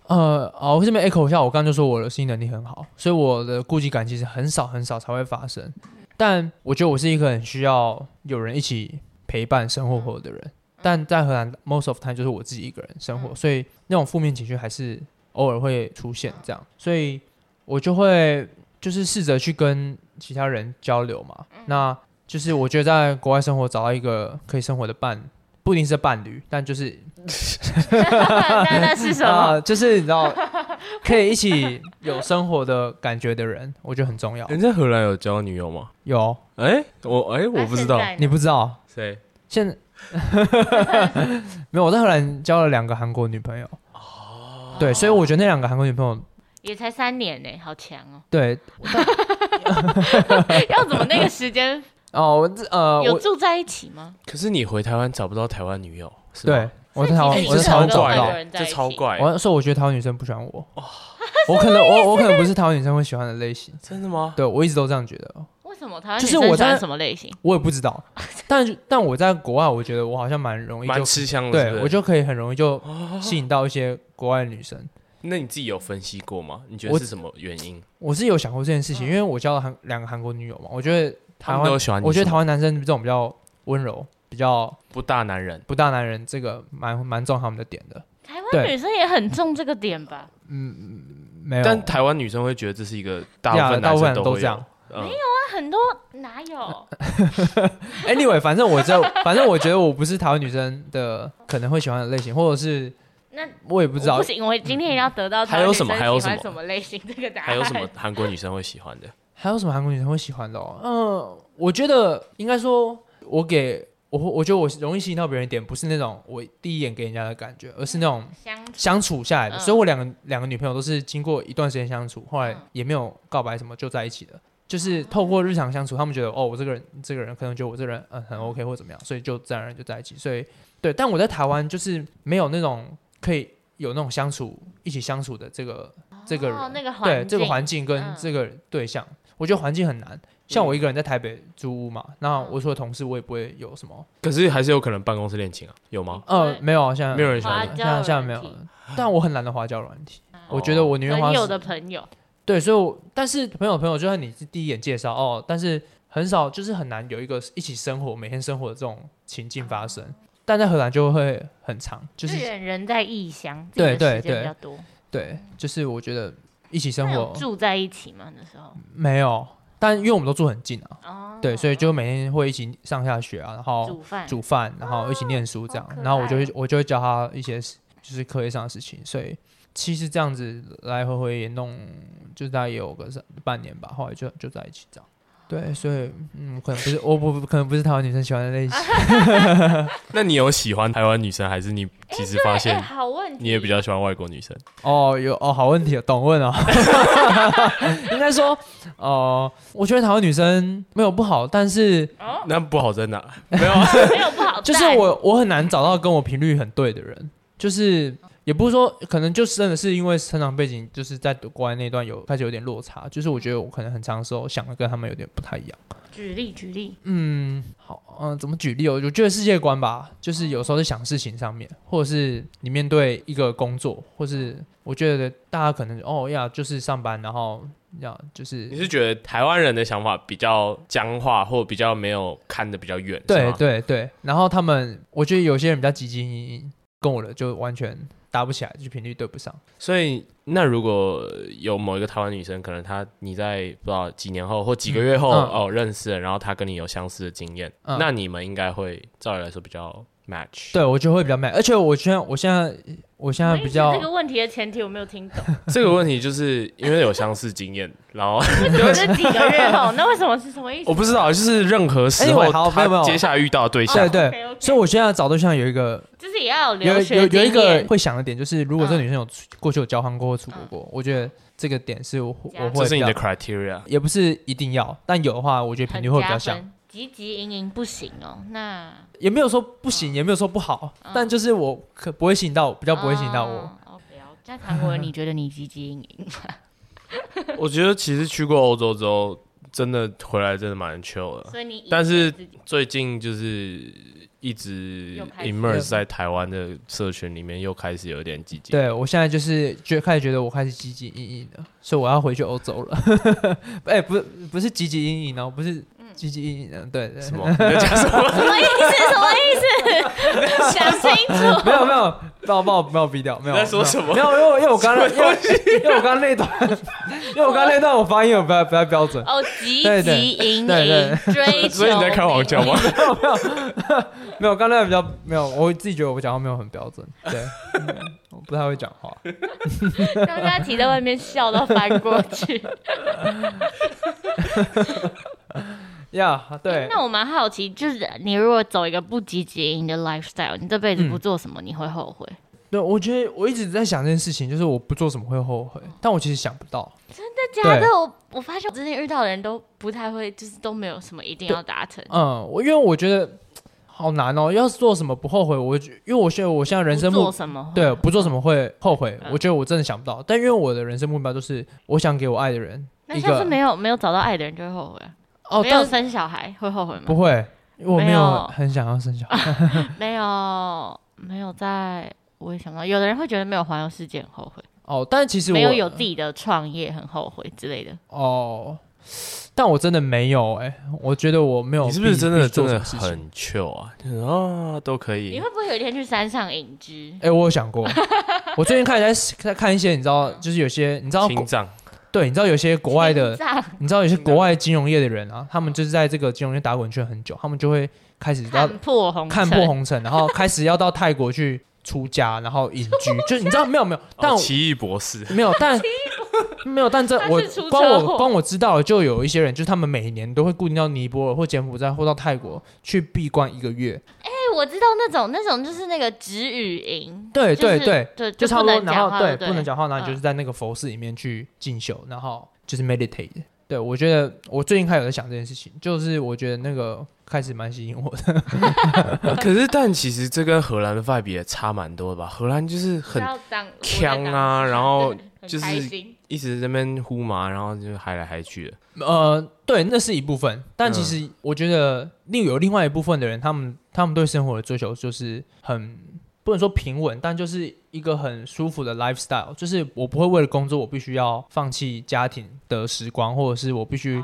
[SPEAKER 3] 呃，哦，我这边 echo 一下，我刚刚就说我的适应能力很好，所以我的顾忌感其实很少很少才会发生。但我觉得我是一个很需要有人一起陪伴生活过的人，但在荷兰 most of time 就是我自己一个人生活，所以那种负面情绪还是偶尔会出现这样，所以我就会就是试着去跟其他人交流嘛。那就是我觉得在国外生活找到一个可以生活的伴，不一定是伴侣，但就是
[SPEAKER 2] 那那是什
[SPEAKER 3] 啊、
[SPEAKER 2] 么？
[SPEAKER 3] 就是你知道，可以一起有生活的感觉的人，我觉得很重要。
[SPEAKER 1] 你在荷兰有交女友吗？
[SPEAKER 3] 有
[SPEAKER 1] 哎、我哎、我不知道
[SPEAKER 2] 那现在呢
[SPEAKER 3] 你不知道，
[SPEAKER 1] 谁
[SPEAKER 3] 现在没有我在荷兰交了两个韩国女朋友。对，所以我觉得那两个韩国女朋友，
[SPEAKER 2] 也才三年呢，好强 哦！
[SPEAKER 3] 对
[SPEAKER 2] 要怎么那个时间
[SPEAKER 3] 哦，我这呃，
[SPEAKER 2] 有
[SPEAKER 3] 我
[SPEAKER 2] 住在一起吗？
[SPEAKER 1] 可是你回台湾找不到台湾女友，哎是吗
[SPEAKER 3] 对我在台
[SPEAKER 2] 所以
[SPEAKER 3] 湾，
[SPEAKER 2] 其
[SPEAKER 3] 我
[SPEAKER 2] 实
[SPEAKER 1] 这
[SPEAKER 3] 在台
[SPEAKER 1] 超
[SPEAKER 3] 湾找
[SPEAKER 1] 怪
[SPEAKER 3] 不
[SPEAKER 2] 很多
[SPEAKER 3] 到
[SPEAKER 2] 人。在一
[SPEAKER 1] 这
[SPEAKER 2] 起
[SPEAKER 1] 超怪，
[SPEAKER 3] 我说我觉得台湾女生不喜欢我，我可能我我可能不是台湾女生会喜欢的类型。
[SPEAKER 1] 真的吗？
[SPEAKER 3] 对我一直都这样觉得，
[SPEAKER 2] 为什么台湾
[SPEAKER 3] 就
[SPEAKER 2] 女
[SPEAKER 3] 是
[SPEAKER 2] 生喜
[SPEAKER 3] 我在
[SPEAKER 2] 欢什么类型？
[SPEAKER 3] 我也不知道。但但我在国外，我觉得我好像蛮容易就
[SPEAKER 1] 蛮吃香的是不
[SPEAKER 3] 对
[SPEAKER 1] 是哦
[SPEAKER 3] 我就可以很容易就吸引到一些国外的女生。
[SPEAKER 1] 那你自己有分析过吗？你觉得
[SPEAKER 3] 我
[SPEAKER 1] 是什么原因？
[SPEAKER 3] 我是有想过这件事情，因为我交了韩两个韩国女友嘛，我觉得
[SPEAKER 1] 哦他
[SPEAKER 3] 台
[SPEAKER 1] 们
[SPEAKER 3] 湾
[SPEAKER 1] 都，喜欢你什么，
[SPEAKER 3] 我觉得台湾男生这种比较温柔、比较
[SPEAKER 1] 不大男人，
[SPEAKER 3] 不大男人，这个蛮蛮重他们的点的。
[SPEAKER 2] 台湾
[SPEAKER 3] 对
[SPEAKER 2] 女生也很重这个点吧？
[SPEAKER 3] 没有，
[SPEAKER 1] 但台湾女生会觉得这是一个大
[SPEAKER 3] 呀
[SPEAKER 1] 部分
[SPEAKER 3] 大
[SPEAKER 1] 男
[SPEAKER 3] 部分
[SPEAKER 1] 生
[SPEAKER 3] 人
[SPEAKER 1] 会
[SPEAKER 3] 都这样。
[SPEAKER 1] 有，嗯没有。
[SPEAKER 2] 那很多哪
[SPEAKER 3] 呃
[SPEAKER 2] 有？
[SPEAKER 3] anyway，反正我这，反正我觉得我不是台湾女生的可能会喜欢的类型，或者是
[SPEAKER 2] 那
[SPEAKER 3] 我也不
[SPEAKER 2] 不
[SPEAKER 3] 知道嗯
[SPEAKER 2] 不。行，我今天也要得到
[SPEAKER 1] 还有什么
[SPEAKER 2] 台
[SPEAKER 1] 还
[SPEAKER 2] 湾
[SPEAKER 1] 有
[SPEAKER 2] 女
[SPEAKER 1] 什
[SPEAKER 2] 生
[SPEAKER 1] 么
[SPEAKER 2] 喜欢什么类型这个答案？
[SPEAKER 1] 还有什么韩国女生会喜欢的？
[SPEAKER 3] 还有什么韩国女生会喜欢的、哦？嗯，我觉得应该说，我给我我觉得我容易吸引到别人的点，不是那种我第一眼给人家的感觉，而是那种
[SPEAKER 2] 相处？
[SPEAKER 3] 相处下来的。
[SPEAKER 2] 嗯
[SPEAKER 3] 所以我两个两个女朋友都是经过一段时间相处，后来也没有告白什么就在一起的。
[SPEAKER 2] 哦
[SPEAKER 3] 就是透过日常相处，他们觉得哦，我这个人，这个人可能觉得我这个人嗯很 OK 或怎么样，所以就自然而然就在一起。所以对，但我在台湾就是没有那种可以有那种相处一起相处的这个这个人，
[SPEAKER 2] 哦那个环
[SPEAKER 3] 对
[SPEAKER 2] 境
[SPEAKER 3] 这个环境跟
[SPEAKER 2] 嗯
[SPEAKER 3] 这个对象，我觉得环境很难。像我一个人在台北租屋嘛，那
[SPEAKER 2] 嗯
[SPEAKER 3] 我除了同事，我也不会有什么，
[SPEAKER 1] 可是还是有可能办公室恋情啊，有吗？
[SPEAKER 3] 呃，没有，现在
[SPEAKER 1] 没有人喜
[SPEAKER 3] 现
[SPEAKER 1] 欢
[SPEAKER 3] 在
[SPEAKER 1] 你
[SPEAKER 3] 现在现在没有
[SPEAKER 2] 花椒软，
[SPEAKER 3] 但我很懒得花椒软体，
[SPEAKER 2] 嗯
[SPEAKER 3] 我觉得我宁愿花
[SPEAKER 2] 朋哦友的朋友，
[SPEAKER 3] 对，所以我但是朋友朋友，就算你是第一眼介绍哦，但是很少，就是很难有一个一起生活、每天生活的这种情境发生。
[SPEAKER 2] 哦
[SPEAKER 3] 但在荷兰就会很长，就
[SPEAKER 2] 日
[SPEAKER 3] 是
[SPEAKER 2] 本人在异乡，自己
[SPEAKER 3] 对
[SPEAKER 2] 的
[SPEAKER 3] 对
[SPEAKER 2] 时间
[SPEAKER 3] 对
[SPEAKER 2] 比较多。
[SPEAKER 3] 对，就是我觉得一起生
[SPEAKER 2] 那有
[SPEAKER 3] 活
[SPEAKER 2] 住在一起吗？那时候
[SPEAKER 3] 没有，但因为我们都住很近啊，
[SPEAKER 2] 哦，
[SPEAKER 3] 对，所以就每天会一起上下学啊，然后
[SPEAKER 2] 煮饭
[SPEAKER 3] 煮饭，然后一起念书这样
[SPEAKER 2] 哎哦好可，
[SPEAKER 3] 然后我就
[SPEAKER 2] 爱
[SPEAKER 3] 会我就会教他一些就是课业上的事情，所以其实这样子来回回也弄，就大概也有个三半年吧，后来就就在一起这样。对，所以嗯，可 能不是我不不可能不是台湾女生喜欢的类型，
[SPEAKER 1] 那你有喜欢台湾女生，还是你其实发
[SPEAKER 2] 哎
[SPEAKER 1] 现
[SPEAKER 2] 好问题，
[SPEAKER 1] 你也比较喜欢外国女生？
[SPEAKER 3] 哦，有哦，好问题，懂 问哦。应该说，哦、我觉得台湾女生没有不好，但是
[SPEAKER 2] 哦，
[SPEAKER 1] 那不好在 哪？没有啊，
[SPEAKER 2] 没有不好带，
[SPEAKER 3] 就是我我很难找到跟我频率很对的人，就是也不是说可能就真的是因为成长背景就是在国外那段有开始有点落差，就是我觉得我可能很长时候想的跟他们有点不太一样。
[SPEAKER 2] 举例举例，
[SPEAKER 3] 嗯，好，嗯、怎么举例哦？我觉得世界观吧，就是有时候在想事情上面，或者是你面对一个工作，或是我觉得大家可能哦呀，就是上班，然后呀，就是
[SPEAKER 1] 你是觉得台湾人的想法比较僵化，或比较没有看得比较远？是
[SPEAKER 3] 对
[SPEAKER 1] 吗，
[SPEAKER 3] 对对，然后他们，我觉得有些人比较积极，跟我的就完全搭不起来，就频率对不上。
[SPEAKER 1] 所以，那如果有某一个台湾女生，可能她你在不知道几年后或几个月后、
[SPEAKER 3] 嗯
[SPEAKER 1] 哦认识了，然后她跟你有相似的经验，
[SPEAKER 3] 嗯
[SPEAKER 1] 那你们应该会照理来说比较 match。
[SPEAKER 3] 对，我觉得会比较慢，而且我现在我现在我现在比较
[SPEAKER 2] 这个问题的前提我没有听懂，
[SPEAKER 1] 这个问题就是因为有相似经验，然后
[SPEAKER 2] 为什么是几个月后？那为什么是什么意思？
[SPEAKER 1] 我不知道，就是任何时
[SPEAKER 3] Anyway，
[SPEAKER 1] 候
[SPEAKER 3] 哎好没有没
[SPEAKER 1] 她
[SPEAKER 3] 有哎
[SPEAKER 1] 接下来遇到的对象
[SPEAKER 3] 对，对
[SPEAKER 2] OK，OK
[SPEAKER 3] 所以我现在找对象有一个
[SPEAKER 2] 就是也要有
[SPEAKER 3] 有
[SPEAKER 2] 留
[SPEAKER 3] 有
[SPEAKER 2] 学
[SPEAKER 3] 有一
[SPEAKER 2] 经
[SPEAKER 3] 个
[SPEAKER 2] 验，嗯
[SPEAKER 3] 会想的点，就是如果这个女生有出过去有交换过或出国过，我觉得这个点是我
[SPEAKER 2] 加
[SPEAKER 3] 我
[SPEAKER 2] 分
[SPEAKER 1] 这
[SPEAKER 3] 会
[SPEAKER 1] 是你
[SPEAKER 3] 比较
[SPEAKER 1] 的，criteria。
[SPEAKER 3] 也不是一定要，但有的话，我觉得频率会比较
[SPEAKER 2] 很加
[SPEAKER 3] 像，
[SPEAKER 2] 分。急急营营不行哦，那
[SPEAKER 3] 也没有说不
[SPEAKER 2] 嗯
[SPEAKER 3] 行，也没有说不好，但就是我可不会吸引到，比较不会吸引到我。
[SPEAKER 2] 哦。哦不要那韩国人，你觉得你积极营营？
[SPEAKER 1] 我觉得其实去过欧洲之后，真的回来真的蛮 chill 的。
[SPEAKER 2] 所以你
[SPEAKER 1] 但是
[SPEAKER 2] 自己
[SPEAKER 1] 最近就是一直
[SPEAKER 2] 又开始
[SPEAKER 1] immerse 在台湾的社群里面，又开始有一点积极。
[SPEAKER 3] 对我现在就是觉开始觉得我开始积极阴影了，所以我要回去欧洲了。 哎、不是不是积极阴影哦，不是
[SPEAKER 2] 嗯
[SPEAKER 3] 积极阴影哦，对对
[SPEAKER 1] 什么？你在讲什么？
[SPEAKER 2] 什么意思？什么意思？ 想清楚。
[SPEAKER 3] 没有没有，把我把我把我逼掉，没有。
[SPEAKER 1] 你在说什么
[SPEAKER 3] 没有，没有因为因为我刚刚因为 因为我刚刚那段，因为我刚刚那段我发音有不太不太标准，
[SPEAKER 2] 哦，积
[SPEAKER 3] 对对
[SPEAKER 2] 极营
[SPEAKER 3] 对
[SPEAKER 2] 营
[SPEAKER 3] 对
[SPEAKER 2] 追求，
[SPEAKER 1] 所以你在开黄腔吗？？
[SPEAKER 3] 没有，刚刚那段比较没有，我自己觉得我讲话没有很标准，对，嗯我不太会讲话。
[SPEAKER 2] 让大家提在外面笑到翻过去。
[SPEAKER 3] 呀、 对，
[SPEAKER 2] 那我蛮好奇，就是你如果走一个不积极营的 lifestyle，你这辈
[SPEAKER 3] 嗯
[SPEAKER 2] 子不做什么，你会后悔？
[SPEAKER 3] 对，我觉得我一直在想这件事情，就是我不做什么会后悔，但我其实想不到。
[SPEAKER 2] 真的假的
[SPEAKER 3] 对？
[SPEAKER 2] 啊我我发现我之前遇到的人都不太会，就是都没有什么一定要达成。
[SPEAKER 3] 嗯，我因为我觉得好难哦，要是做什么不后悔，我觉因为我现在我现在人生
[SPEAKER 2] 不
[SPEAKER 3] 目
[SPEAKER 2] 做什么？
[SPEAKER 3] 对，不做什么会后悔
[SPEAKER 2] 哦嗯，
[SPEAKER 3] 我觉得我真的想不到。但因为我的人生目标就是我想给我爱的人
[SPEAKER 2] 那
[SPEAKER 3] 一
[SPEAKER 2] 下次
[SPEAKER 3] 个
[SPEAKER 2] 没有没有找到爱的人就会后悔啊？
[SPEAKER 3] 哦，
[SPEAKER 2] 没有
[SPEAKER 3] 但是
[SPEAKER 2] 生小孩会后悔吗？
[SPEAKER 3] 不会，我
[SPEAKER 2] 没
[SPEAKER 3] 没
[SPEAKER 2] 有
[SPEAKER 3] 有很想要生 小孩。
[SPEAKER 2] 没有，没有在。我也想到，有的人会觉得没有环游世界很后悔，
[SPEAKER 3] 哦，但其实我
[SPEAKER 2] 没有有自己的创业很后悔之类的。
[SPEAKER 3] 哦，但我真的没有哎、我觉得我没有
[SPEAKER 1] 你
[SPEAKER 3] 必。
[SPEAKER 1] 是不是真的
[SPEAKER 3] 必做
[SPEAKER 1] 真
[SPEAKER 3] 什
[SPEAKER 1] 的
[SPEAKER 3] 么事情？
[SPEAKER 1] 很 chill 啊？就是啊，都可
[SPEAKER 2] 你
[SPEAKER 1] 以
[SPEAKER 2] 会。不会有一天去山上隐居？
[SPEAKER 3] 哎、我有 想过，我最近看在在看一些，你知道，就是有些你知道
[SPEAKER 1] 心
[SPEAKER 3] 国，
[SPEAKER 1] 脏
[SPEAKER 3] 对，你知道有些国外 的
[SPEAKER 2] 心，脏
[SPEAKER 3] 你知道有些国外金融业的人啊，他们就是在这个金融业打滚圈很久，他们就会开始要
[SPEAKER 2] 看破红
[SPEAKER 3] 看
[SPEAKER 2] 尘
[SPEAKER 3] 破红尘，然后开始要到泰国去出家，然后隐居，就你知道没有没有，但
[SPEAKER 1] 哦，
[SPEAKER 3] 我
[SPEAKER 1] 奇异博 士，
[SPEAKER 3] 没有，但没有，但这
[SPEAKER 2] 他是
[SPEAKER 3] 我
[SPEAKER 2] 出
[SPEAKER 3] 光
[SPEAKER 2] 车祸
[SPEAKER 3] 我光我知道，就有一些人，就是他们每年都会固定到尼泊尔或柬埔寨或到泰国去闭关一个月。
[SPEAKER 2] 对，哎我知道那种那种就是那个止语营，
[SPEAKER 3] 对对
[SPEAKER 2] 就是
[SPEAKER 3] 对，
[SPEAKER 2] 对，
[SPEAKER 3] 就
[SPEAKER 2] 就
[SPEAKER 3] 差
[SPEAKER 2] 不
[SPEAKER 3] 不多。
[SPEAKER 2] 能
[SPEAKER 3] 然
[SPEAKER 2] 讲
[SPEAKER 3] 后
[SPEAKER 2] 话，
[SPEAKER 3] 对，
[SPEAKER 2] 不
[SPEAKER 3] 不能讲话，然
[SPEAKER 2] 嗯
[SPEAKER 3] 后就是在那个佛寺里面去进修，然后就是 meditate。对，我觉得我最近开始有在想这件事情，就是我觉得那个开始蛮吸引我的。
[SPEAKER 1] 呃可是但其实这跟荷兰的 vibe 也差蛮多的吧？荷兰就是
[SPEAKER 2] 不
[SPEAKER 1] 很
[SPEAKER 2] 要当
[SPEAKER 1] 呛 啊，然后
[SPEAKER 2] 很
[SPEAKER 1] 就是
[SPEAKER 2] 开心
[SPEAKER 1] 一直在那边呼麻，然后就嗨来嗨去的。
[SPEAKER 3] 呃，对，那是一部分，但
[SPEAKER 1] 嗯
[SPEAKER 3] 其实我觉得另有另外一部分的人，他们他们对生活的追求就是很不能说平稳，但就是一个很舒服的 lifestyle，就是我不会为了工作我必须要放弃家庭的时光，或者是我必须、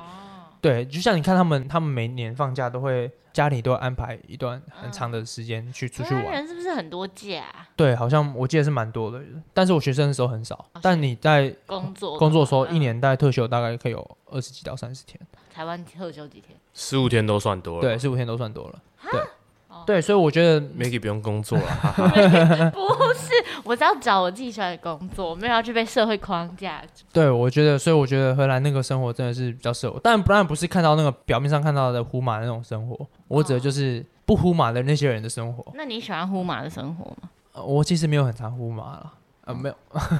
[SPEAKER 3] 对，就像你看他们，他们每年放假都会家里都会安排一段很长的时间去出去
[SPEAKER 2] 台湾
[SPEAKER 3] 玩，
[SPEAKER 2] 人是不是很多假啊
[SPEAKER 3] 对，好像我记得是蛮多的，但是我学生的时候很少
[SPEAKER 2] 是，
[SPEAKER 3] 但你在
[SPEAKER 2] 工作
[SPEAKER 3] 工作的时候
[SPEAKER 2] 嗯
[SPEAKER 3] 一年大概退休大概可以有二十几到三十天。
[SPEAKER 2] 台湾特休几天？
[SPEAKER 1] 十五天都算多了。
[SPEAKER 3] 对，十五天都算多了。
[SPEAKER 2] 哦
[SPEAKER 3] 对，对，所以我觉得
[SPEAKER 1] ，Maggie 不用工 作了，哈哈
[SPEAKER 2] 不是，我只要找我自己喜欢的工作，没有要去被社会框架住。
[SPEAKER 3] 对，我觉得，所以我觉得荷兰那个生活真的是比较适合我，但不然不是看到那个表面上看到的呼马那种生活，我指的就是不呼马的那些人的生活。
[SPEAKER 2] 那你喜欢呼马的生活吗？
[SPEAKER 3] 呃我其实没有很常呼马了，呃， 没有，
[SPEAKER 2] 没有在荷兰合法
[SPEAKER 3] 在荷兰的时候，在荷兰的时候，在荷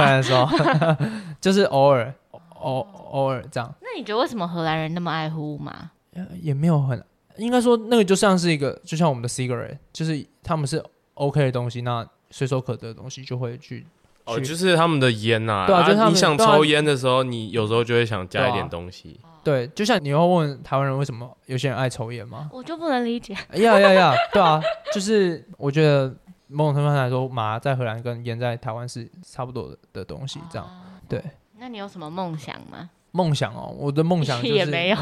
[SPEAKER 3] 兰的时候， 就是偶尔，偶偶尔这样，
[SPEAKER 2] 那你觉得为什么荷兰人那么爱呼马？
[SPEAKER 3] 呃也没有很，应该说那个就像是一个，就像我们的 cigarette，就是他们是 OK 的东西，那随手可得的东西就会去
[SPEAKER 1] 哦，
[SPEAKER 3] 去
[SPEAKER 1] 就是他们的烟呐、
[SPEAKER 3] 对啊就是他们
[SPEAKER 1] 你想
[SPEAKER 3] 对啊
[SPEAKER 1] 抽烟的时候，你有时候就会想加一点东西。
[SPEAKER 3] 对，就像你要问台湾人为什么有些人爱抽 烟吗？
[SPEAKER 2] 我就不能理解。
[SPEAKER 3] 呀呀呀，对啊，就是我觉得某种程度上来说，麻在荷兰跟烟在台湾是差不多的的东西，这样。
[SPEAKER 2] 啊
[SPEAKER 3] 对，
[SPEAKER 2] 那你有什么梦想吗？
[SPEAKER 3] 梦想哦，我 的梦想就是
[SPEAKER 2] 也没有。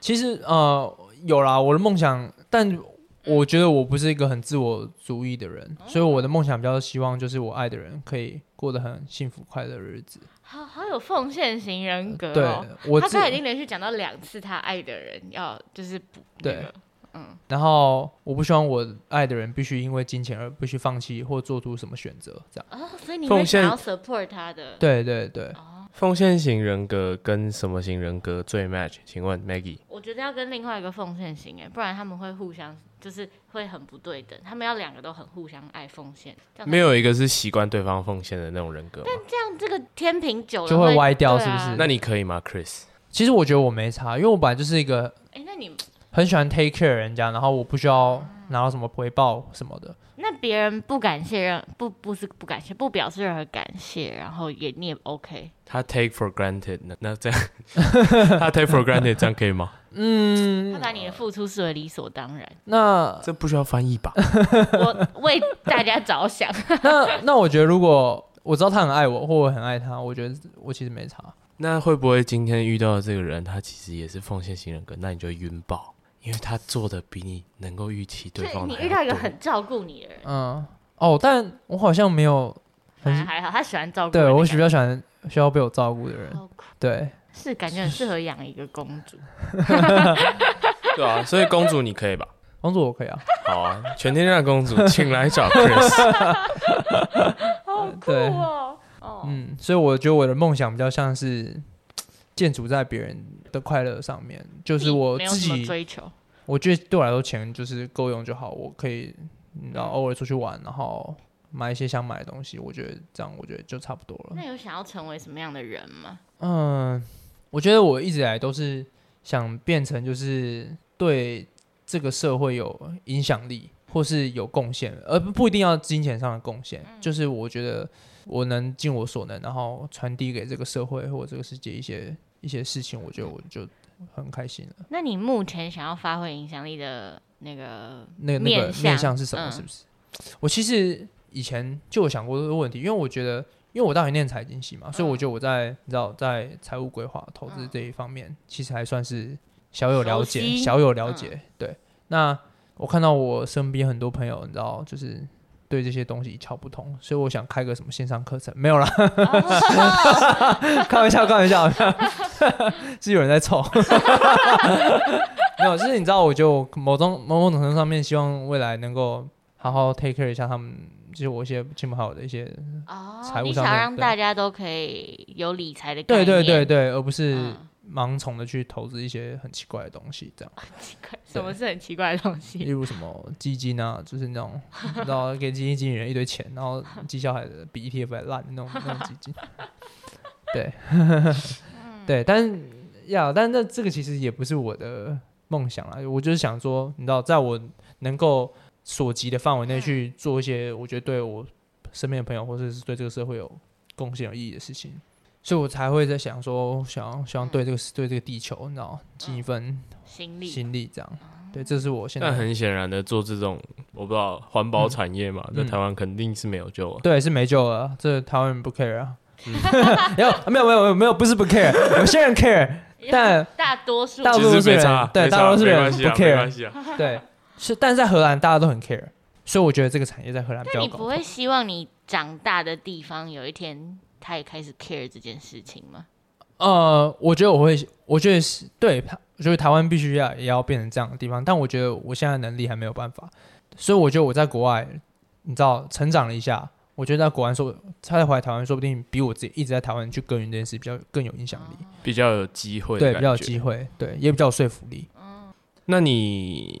[SPEAKER 3] 其实呃有啦，我的梦想，但我觉得我不是一个很自我主义的人，所以我的梦想比较希望就是我爱的人可以过得很幸福快乐的日子。
[SPEAKER 2] 好好有奉献型人格
[SPEAKER 3] 对
[SPEAKER 2] 哦。
[SPEAKER 3] 我
[SPEAKER 2] 他
[SPEAKER 3] 自
[SPEAKER 2] 刚才已经连续讲到两次，他爱的人要就是补那
[SPEAKER 3] 对
[SPEAKER 2] 个，嗯
[SPEAKER 3] 然后我不希望我爱的人必须因为金钱而必须放弃或做出什么选择，这样。
[SPEAKER 2] 哦，所以你会
[SPEAKER 1] 奉
[SPEAKER 2] 想
[SPEAKER 1] 献
[SPEAKER 2] 要 support 他的。
[SPEAKER 3] 对对对，
[SPEAKER 2] 哦
[SPEAKER 1] 奉献型人格跟什么型人格最 match？请问 Maggie？
[SPEAKER 2] 我觉得要跟另外一个奉献型哎，不然他们会互相就是会很不对等，他们要两个都很互相爱奉献，这样
[SPEAKER 1] 没有一个是习惯对方奉献的那种人格吗？
[SPEAKER 2] 这样这个天平久了
[SPEAKER 3] 就会歪掉
[SPEAKER 2] 对啊
[SPEAKER 3] 是不是
[SPEAKER 1] 那你可以吗，Chris？
[SPEAKER 3] 其实我觉得我没差，因为我本来就是一个
[SPEAKER 2] 哎、那你
[SPEAKER 3] 很喜欢 take care 人家，然后我不需要拿到什么回报什么的。
[SPEAKER 2] 那别人不感谢任不不是不感谢，不表示任何感谢，然后也你也 OK，
[SPEAKER 1] 他 take for granted，那那这样 他 take for granted 这样可以吗？
[SPEAKER 2] 他把你的付出视为理所当 然，
[SPEAKER 3] 那
[SPEAKER 1] 这不需要翻译吧？
[SPEAKER 2] 我为大家着 想。
[SPEAKER 3] 那那我觉得，如果我知道他很爱我，或我很爱他，我觉得我其实没差。
[SPEAKER 1] 那会不会今天遇到的这个人，他其实也是奉献型人格，那你就晕爆，因为他做的比你能够预期对
[SPEAKER 2] 所以
[SPEAKER 1] 方
[SPEAKER 2] 你
[SPEAKER 1] 的
[SPEAKER 3] 啊
[SPEAKER 2] 遇到
[SPEAKER 1] 还要
[SPEAKER 2] 一个
[SPEAKER 1] 多
[SPEAKER 2] 很照顾你的人，
[SPEAKER 3] 嗯，哦，但我好像没有，
[SPEAKER 2] 反正还好，他喜欢照顾人
[SPEAKER 3] 对
[SPEAKER 2] 的
[SPEAKER 3] 我
[SPEAKER 2] 感
[SPEAKER 3] 比
[SPEAKER 2] 觉。
[SPEAKER 3] 较喜欢需要被我照顾的人。
[SPEAKER 2] 好酷
[SPEAKER 3] 对，
[SPEAKER 2] 是感觉很适合养一个公主，
[SPEAKER 1] 对啊，所以公主你可以吧？
[SPEAKER 3] 工作我可以啊。
[SPEAKER 1] 好啊，全天下 公主，请来找 Chris。
[SPEAKER 2] 好酷
[SPEAKER 3] 对
[SPEAKER 2] 哦！哦，
[SPEAKER 3] 嗯，所以我觉得我的梦想比较像是建筑在别人的快乐上面，就是我
[SPEAKER 2] 没有
[SPEAKER 3] 自
[SPEAKER 2] 什么
[SPEAKER 3] 己
[SPEAKER 2] 追求，
[SPEAKER 3] 我觉得对我来说，钱就是够用就好，我可以，你
[SPEAKER 2] 嗯
[SPEAKER 3] 知道，偶尔出去玩，然后买一些想买的东西，我觉得这样，我觉得就差不多了
[SPEAKER 2] 那。有想要成为什么样的人吗？
[SPEAKER 3] 嗯，我觉得我一直以来都是想变成就是对这个社会有影响力，或是有贡献，而不不一定要金钱上的贡献，就是我觉得我能尽我所能，然后传递给这个社会或者这个世界一些一些事情，我觉得我就很开心了。
[SPEAKER 2] 那你目前想要发挥影响力的那个
[SPEAKER 3] 那个那
[SPEAKER 2] 面
[SPEAKER 3] 个
[SPEAKER 2] 向
[SPEAKER 3] 面向是什么？
[SPEAKER 2] 嗯
[SPEAKER 3] 是不是？我其实以前就有想过这个问题，因为我觉得，因为我大学念财经系
[SPEAKER 2] 嗯
[SPEAKER 3] 嘛，所以我觉得我在你知道在财务规划、投资这一方面，其实还算是小有了
[SPEAKER 2] 嗯熟
[SPEAKER 3] 解，
[SPEAKER 2] 悉嗯
[SPEAKER 3] 小有了解。对，那我看到我身边很多朋友，你知道，就是。对这些东西一窍不通，所以我想开个什么线上课程，没有啦，
[SPEAKER 1] 哦
[SPEAKER 2] 哦
[SPEAKER 3] 开玩笑，开玩笑，是有人在凑，没有，就是你知道，我就某种某种程度上面，希望未来能够好好 take care 一下他们，就是我一些亲朋好友的一些，
[SPEAKER 2] 哦
[SPEAKER 3] 财，务
[SPEAKER 2] 你
[SPEAKER 3] 上
[SPEAKER 2] 想
[SPEAKER 3] 面
[SPEAKER 2] 让
[SPEAKER 3] 对
[SPEAKER 2] 大家都可以有理财的概
[SPEAKER 3] 对
[SPEAKER 2] 念，
[SPEAKER 3] 对对对，而不是
[SPEAKER 2] 嗯，
[SPEAKER 3] 盲从的去投资一些很奇怪的东西，这样，
[SPEAKER 2] 奇怪，什么是很奇怪的东
[SPEAKER 3] 例
[SPEAKER 2] 西？
[SPEAKER 3] 如什么基金啊，就是那种你知道给基金经理人一堆钱，然后绩效还比 ETF 还烂的那种那种基金， 对，对，但呀，但那这个其实也不是我的梦想啦，我就是想说，你知道，在我能够所及的范围内去做一些我觉得对我身边的朋友或者是对这个社会有贡献、有意义的事情，所以我才会在想说，想要想要对这个对这个地球，你知道，尽一份
[SPEAKER 2] 心 力，
[SPEAKER 3] 心力，这样。对，这是我现
[SPEAKER 1] 但
[SPEAKER 3] 在
[SPEAKER 1] 很显然的，做这种我不知道环保产业嘛，在
[SPEAKER 3] 嗯
[SPEAKER 1] 台湾肯定是没有救啊了。
[SPEAKER 3] 对是没救了，这台湾人不 care 啊。 没有没有没有没有没有，不是不 care，有些人 care，但
[SPEAKER 2] 大多数
[SPEAKER 3] 大
[SPEAKER 1] 其
[SPEAKER 3] 多
[SPEAKER 1] 实
[SPEAKER 3] 数是
[SPEAKER 1] 没
[SPEAKER 3] 人
[SPEAKER 1] 差啊，
[SPEAKER 3] 对
[SPEAKER 1] 没差啊
[SPEAKER 3] 大多数
[SPEAKER 1] 没
[SPEAKER 3] 人
[SPEAKER 1] 关系啊，
[SPEAKER 3] 不 care
[SPEAKER 1] 没关系啊。
[SPEAKER 3] 对，是，但是在荷兰大家都很 care，所以我觉得这个产业在荷兰比
[SPEAKER 2] 那
[SPEAKER 3] 较
[SPEAKER 2] 你
[SPEAKER 3] 高
[SPEAKER 2] 不会希望你长大的地方有一天他也开始 care 这件事情吗？
[SPEAKER 3] 呃，我觉得我会，我觉得是对，他我觉得台湾必须要也要变成这样的地方，但我觉得我现在能力还没有办法，所以我觉得我在国外，你知道，成长了一下，我觉得在国外说，他在回来台湾，说不定比我自己一直在台湾去耕耘这件事比较更有影响力，
[SPEAKER 1] 比较有机会，
[SPEAKER 3] 对，比较有机。会，对，也比较有说服力。
[SPEAKER 1] 那你，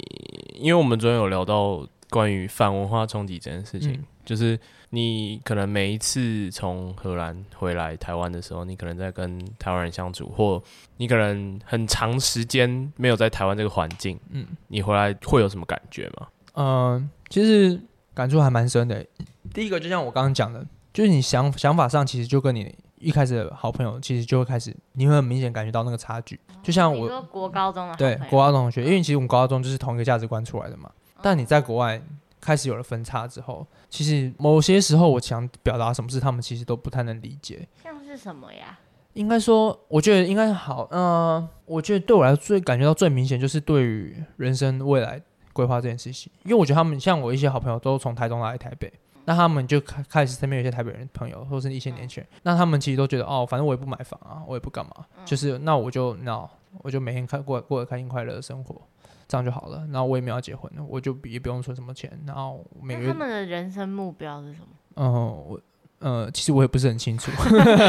[SPEAKER 1] 因为我们昨天有聊到关于反文化冲击这件事情，
[SPEAKER 3] 嗯
[SPEAKER 1] 就是你可能每一次从荷兰回来台湾的时候，你可能在跟台湾人相处，或你可能很长时间没有在台湾这个环境，
[SPEAKER 3] 嗯
[SPEAKER 1] 你回来会有什么感觉吗？
[SPEAKER 3] 嗯、其实感触还蛮深的。第一个就像我刚刚讲的，就是你想想法上其实就跟你一开始的好朋友，其实就会开始，你会很明显感觉到那个差距。就像
[SPEAKER 2] 哦你
[SPEAKER 3] 我
[SPEAKER 2] 说国高中的好
[SPEAKER 3] 对
[SPEAKER 2] 朋友嗯哦
[SPEAKER 3] 国高中同学，因为其实我们高中就是同一个价值观出来的嘛。但你在国外开始有了分叉之后，其实某些时候我想表达什么事，他们其实都不太能理解。
[SPEAKER 2] 像是什么呀？
[SPEAKER 3] 应该说，我觉得应呃该好，嗯、我觉得对我来说最感觉到最明显就是对于人生未来规划这件事情，因为我觉得他们像我一些好朋友都从台中来台北，那他们就开开始身边有一些台北人朋友或是一些年轻人，
[SPEAKER 2] 嗯
[SPEAKER 3] 那他们其实都觉得哦，反正我也不买房啊，我也不干嘛，就是那我就那我就每天开过过得开心快乐的生活。这样就好了，然后我也没有要结婚，我就也不用存什么钱，然后每
[SPEAKER 2] 那
[SPEAKER 3] 个月
[SPEAKER 2] 他们的人生目标是什么？
[SPEAKER 3] 嗯，我呃，其实我也不是很清楚。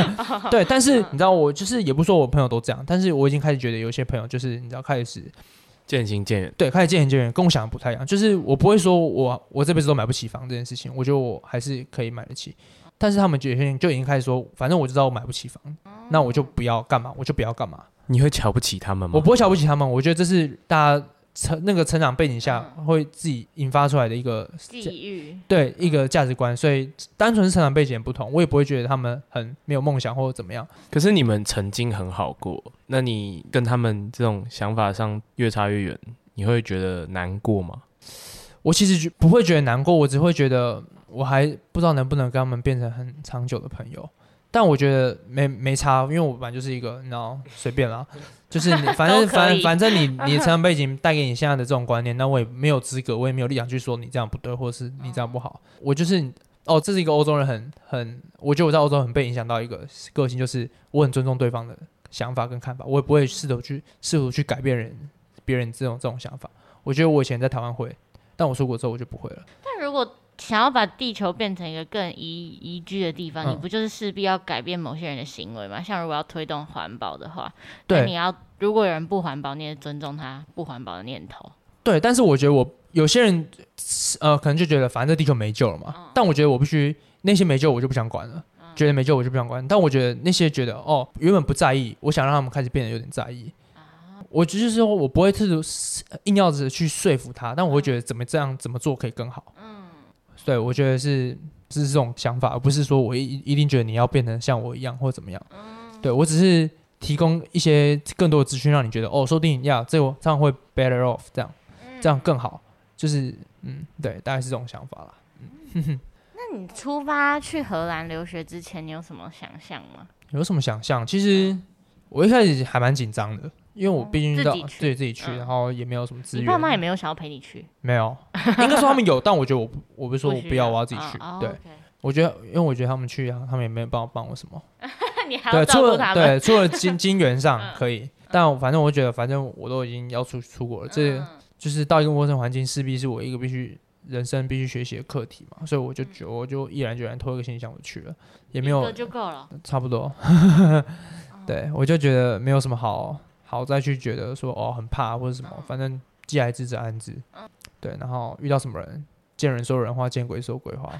[SPEAKER 3] 对，但是你知道，我就是也不说我朋友都这样，但是我已经开始觉得有些朋友就是你知道开始
[SPEAKER 1] 渐行渐远。
[SPEAKER 3] 对开始渐行渐远，跟我想的不太一样。就是我不会说我我这辈子都买不起房这件事情，我觉得我还是可以买得起。但是他们就有些人就已经开始说，反正我知道我买不起房，那我就不要干嘛，我就不要干嘛。
[SPEAKER 1] 你会瞧不起他们吗？
[SPEAKER 3] 我不会瞧不起他们，我觉得这是大家成那个成长背景下会自己引发出来的一个
[SPEAKER 2] 际遇，
[SPEAKER 3] 对一个价值观，所以单纯是成长背景不同，我也不会觉得他们很没有梦想或者怎么样。
[SPEAKER 1] 可是你们曾经很好过，那你跟他们这种想法上越差越远，你会觉得难过吗？
[SPEAKER 3] 我其实觉不会觉得难过，我只会觉得我还不知道能不能跟他们变成很长久的朋友。但我觉得没没差，因为我本来就是一个，你知道，随便啦，就是你 反
[SPEAKER 2] 都可以
[SPEAKER 3] 正反反正你你的成长背景带给你现在的这种观念，那我也没有资格，我也没有立场去说你这样不对，或者是你这样不好。我就是哦，这是一个欧洲人很很，我觉得我在欧洲很被影响到一个个性，就是我很尊重对方的想法跟看法，我也不会试图去试图去改变人别人这种这种想法。我觉得我以前在台湾会，但我出国之后我就不会了。
[SPEAKER 2] 但如果想要把地球变成一个更宜宜居的地方，
[SPEAKER 3] 嗯
[SPEAKER 2] 你不就是势必要改变某些人的行为吗？像如果要推动环保的话，那你
[SPEAKER 3] 对
[SPEAKER 2] 要如果有人不环保，你也尊重他不环保的念头。
[SPEAKER 3] 对，但是我觉得我有些人呃，可能就觉得反正这地球没救了嘛。但我觉得我必须那些没救，我就不想管了。觉得没救我就不想管，但我觉得那些觉得哦原本不在意，我想让他们开始变得有点在意。我就是说我不会试图硬要着去说服他，但我会觉得怎么这样怎么做可以更好。嗯，对，我觉得是是这种想法，而不是说我一一定觉得你要变成像我一样或怎么样。对我只是提供一些更多的资讯，让你觉得哦，说不定呀，这我这样会 better off，这样
[SPEAKER 2] 嗯
[SPEAKER 3] 这样更好。就是嗯，对，大概是这种想法啦。
[SPEAKER 2] 那你出发去荷兰留学之前，你有什么想象吗？
[SPEAKER 3] 有什么想象？其实我一开始还蛮紧张的，因为我毕竟遇到
[SPEAKER 2] 哦自己去
[SPEAKER 3] 对自己去，
[SPEAKER 2] 嗯
[SPEAKER 3] 然后也没有什么资
[SPEAKER 2] 你
[SPEAKER 3] 源，
[SPEAKER 2] 爸妈也没有想要陪你去，
[SPEAKER 3] 没有，应该说他们有，但我觉得我不我不是说我
[SPEAKER 2] 需
[SPEAKER 3] 不要，我要自己去。
[SPEAKER 2] 哦哦
[SPEAKER 3] 对
[SPEAKER 2] OK，
[SPEAKER 3] 我觉得，因为我觉得他们去啊，他们也没有帮帮我什么。
[SPEAKER 2] 那你还要
[SPEAKER 3] 对，
[SPEAKER 2] 照
[SPEAKER 3] 除
[SPEAKER 2] 顾
[SPEAKER 3] 了
[SPEAKER 2] 他们。嗯
[SPEAKER 3] 对除了金金元上可以，但我反正我觉得，反正我都已经要出出国了，这、
[SPEAKER 2] 嗯
[SPEAKER 3] 就是到一个陌生环境，势必是我一个必须人生必须学习的课题嘛，所以我就
[SPEAKER 2] 嗯
[SPEAKER 3] 觉我就毅然决然拖一个行李箱我就去了，
[SPEAKER 2] 也
[SPEAKER 3] 也没有
[SPEAKER 2] 就够了。
[SPEAKER 3] 差不多，
[SPEAKER 2] 哦
[SPEAKER 3] 对我就觉得没有什么好好再去觉得说哦很怕或者什么，
[SPEAKER 2] 嗯
[SPEAKER 3] 反正既来之则安之，对，然后遇到什么人，见人说人话，见鬼说鬼话，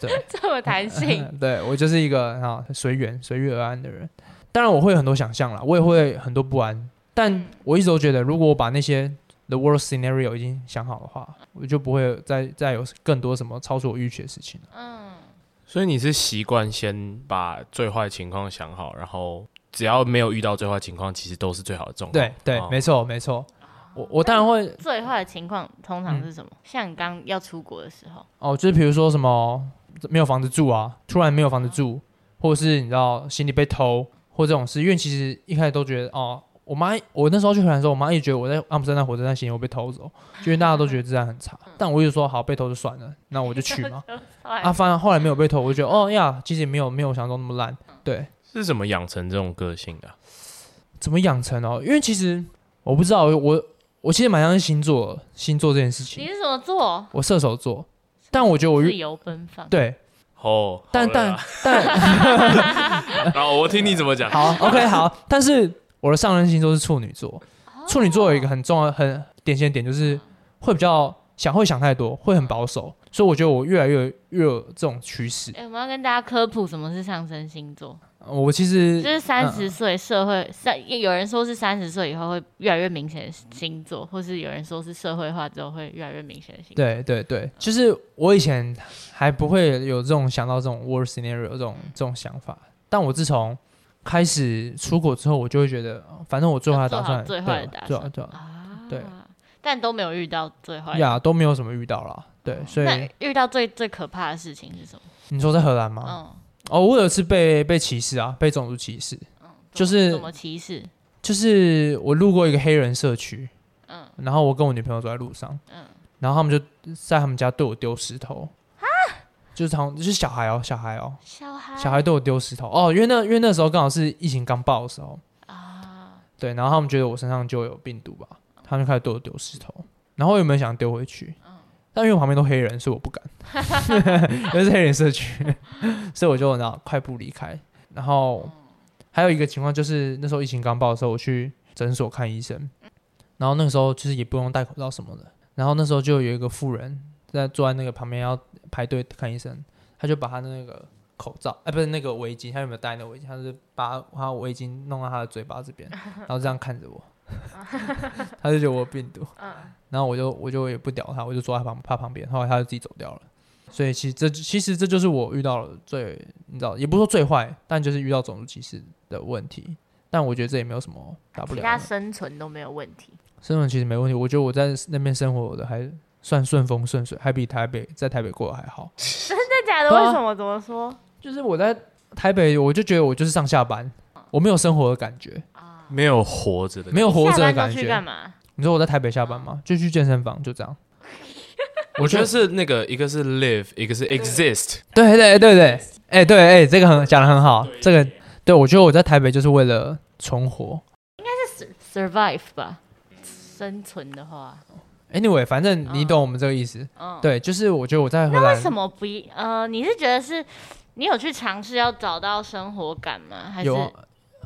[SPEAKER 3] 对，
[SPEAKER 2] 这么弹性，
[SPEAKER 3] 对我就是一个啊随缘随遇而安的人。当然我会有很多想象啦，我也会很多不安，但我一直都觉得，如果我把那些 the worst scenario 已经想好的话，我就不会再再有更多什么超出我预期的事情了。
[SPEAKER 1] 所以你是习惯先把最坏情况想好，然后只要没有遇到最坏情况，其实都是最好的状况。
[SPEAKER 3] 对对，
[SPEAKER 1] 哦
[SPEAKER 3] 没错没错，我我当然会
[SPEAKER 2] 最坏的情况通
[SPEAKER 3] 嗯
[SPEAKER 2] 常是什么？像你刚要出国的时候，
[SPEAKER 3] 哦，就是比如说什么没有房子住啊，突然没有房子住，或者是你知道行李被偷或这种事，因为其实一开始都觉得哦，我妈我那时候去荷兰的时候，我妈一直觉得我在阿姆斯特丹火车站行李会被偷走，就因为大家都觉得治安很
[SPEAKER 2] 嗯
[SPEAKER 3] 差，但我一直说好被偷就算了，那我就去 嘛。啊，反正后来没有被偷，我就觉得哦呀，其实也没有没有想象中那么烂，
[SPEAKER 2] 嗯
[SPEAKER 3] 对。
[SPEAKER 1] 是怎么养成这种个性的啊、
[SPEAKER 3] 怎么养成哦？因为其实我不知道，我我其实蛮相信星座的星座这件事
[SPEAKER 2] 你
[SPEAKER 3] 情。
[SPEAKER 2] 是怎么做？
[SPEAKER 3] 我射手座，但我觉得我
[SPEAKER 2] 自
[SPEAKER 3] 遇
[SPEAKER 2] 由奔放。
[SPEAKER 3] 对，
[SPEAKER 1] 哦，
[SPEAKER 3] 但
[SPEAKER 1] 好了
[SPEAKER 3] 但
[SPEAKER 1] 啦
[SPEAKER 3] 但
[SPEAKER 1] 好，我听你怎么讲。
[SPEAKER 3] 好，OK 好，但是我的上升星座是处女座，
[SPEAKER 2] 哦
[SPEAKER 3] 处女座有一个很重要、很典型的点就是会比较想会想太多，会很保守，所以我觉得我越来越越有这种趋势。呃
[SPEAKER 2] 哎、我们要跟大家科普什么是上升星座，
[SPEAKER 3] 我其
[SPEAKER 2] 就
[SPEAKER 3] 实
[SPEAKER 2] 是三
[SPEAKER 3] 嗯
[SPEAKER 2] 十岁社会三，有人说是三十岁以后会越来越明显的星座，或是有人说是社会化之后会越来越明显的星座。
[SPEAKER 3] 对对对，就是我以前还不会有这种想到这种 worst scenario 这种这种想法，但我自从开始出国之后，我就会觉得，哦反正我最坏的打算，
[SPEAKER 2] 就做好最坏的
[SPEAKER 3] 对
[SPEAKER 2] 打
[SPEAKER 3] 对啊
[SPEAKER 2] 算
[SPEAKER 3] 对啊
[SPEAKER 2] 啊
[SPEAKER 3] 对，
[SPEAKER 2] 但都没有遇到最坏的。
[SPEAKER 3] 呀都没有什么遇到啦。对，所以
[SPEAKER 2] 哦那遇到最最可怕的事情是什么？
[SPEAKER 3] 你说在荷兰吗？
[SPEAKER 2] 嗯，
[SPEAKER 3] 哦，我有一次被被歧视啊，被种族歧视，就
[SPEAKER 2] 嗯怎么
[SPEAKER 3] 是
[SPEAKER 2] 怎么歧视？
[SPEAKER 3] 就是我路过一个黑人社区，嗯，然后我跟我女朋友走在路上，然后他们就在他们家对我丢石头，就是好像就是小孩哦，小孩哦，
[SPEAKER 2] 小孩
[SPEAKER 3] 小孩对我丢石头哦，因为那因为那时候刚好是疫情刚爆的时候，
[SPEAKER 2] 啊，
[SPEAKER 3] 对，然后他们觉得我身上就有病毒吧，他们就开始对我丢石头，然后我有没有想丢回去？
[SPEAKER 2] 嗯
[SPEAKER 3] 但因为我旁边都黑人，所以 我不敢，因为是黑人社区， 所以我就然后快步离开。
[SPEAKER 2] 嗯
[SPEAKER 3] 然后还有一个情况就是那时候疫情刚爆的时候，我去诊所看医生，然后那个时候就是也不用戴口罩什么的，然后那时候就有一个妇人在坐在那个旁边要排队看医生，他就把他的那个口罩，哎、不是那个围巾，他有没有戴那个围巾？他是把他围巾弄到他的嘴巴 这边，然后这样看着我， 他就觉得我有病毒，
[SPEAKER 2] 嗯
[SPEAKER 3] 然后我就我就也不屌他，我就坐在旁他旁边，后来他就自己走掉了。所以其实这其实这就是我遇到了最你知道，也不是说最坏，但就是遇到种族歧视的问题。但我觉得这也没有什么大不
[SPEAKER 2] 其
[SPEAKER 3] 了
[SPEAKER 2] 他
[SPEAKER 3] 的。
[SPEAKER 2] 生存都没有问题。
[SPEAKER 3] 生活其实没问题，我觉得我在那边生活的还算顺风顺水，还比台北在台北过得还好。
[SPEAKER 2] 真的假的？
[SPEAKER 3] 对啊
[SPEAKER 2] 为什么？怎么说？
[SPEAKER 3] 就是我在台北，我就觉得我就是上下班，我没有生活的感觉，
[SPEAKER 1] 没有活着的，
[SPEAKER 3] 没有活着
[SPEAKER 2] 下
[SPEAKER 3] 的
[SPEAKER 2] 班
[SPEAKER 3] 感
[SPEAKER 2] 都去
[SPEAKER 3] 觉嗯
[SPEAKER 2] 干。嘛？
[SPEAKER 3] 你说我在台北下班吗？就去健身房，就这样。
[SPEAKER 1] 我觉得是那个一个是 live，一个是 exist，
[SPEAKER 3] 对对对对，哎、对哎、这个很讲的很好，这个对我觉得我在台北就是为了存活。
[SPEAKER 2] survive 吧，生存的话，
[SPEAKER 3] Anyway，反正你
[SPEAKER 2] 嗯
[SPEAKER 3] 懂我们这个意思。
[SPEAKER 2] 嗯，。
[SPEAKER 3] 对，就是我觉得我在荷
[SPEAKER 2] 那为什
[SPEAKER 3] 兰
[SPEAKER 2] 么不一？呃，你是觉得是你有去尝试要找到生活感吗？还是
[SPEAKER 3] 有，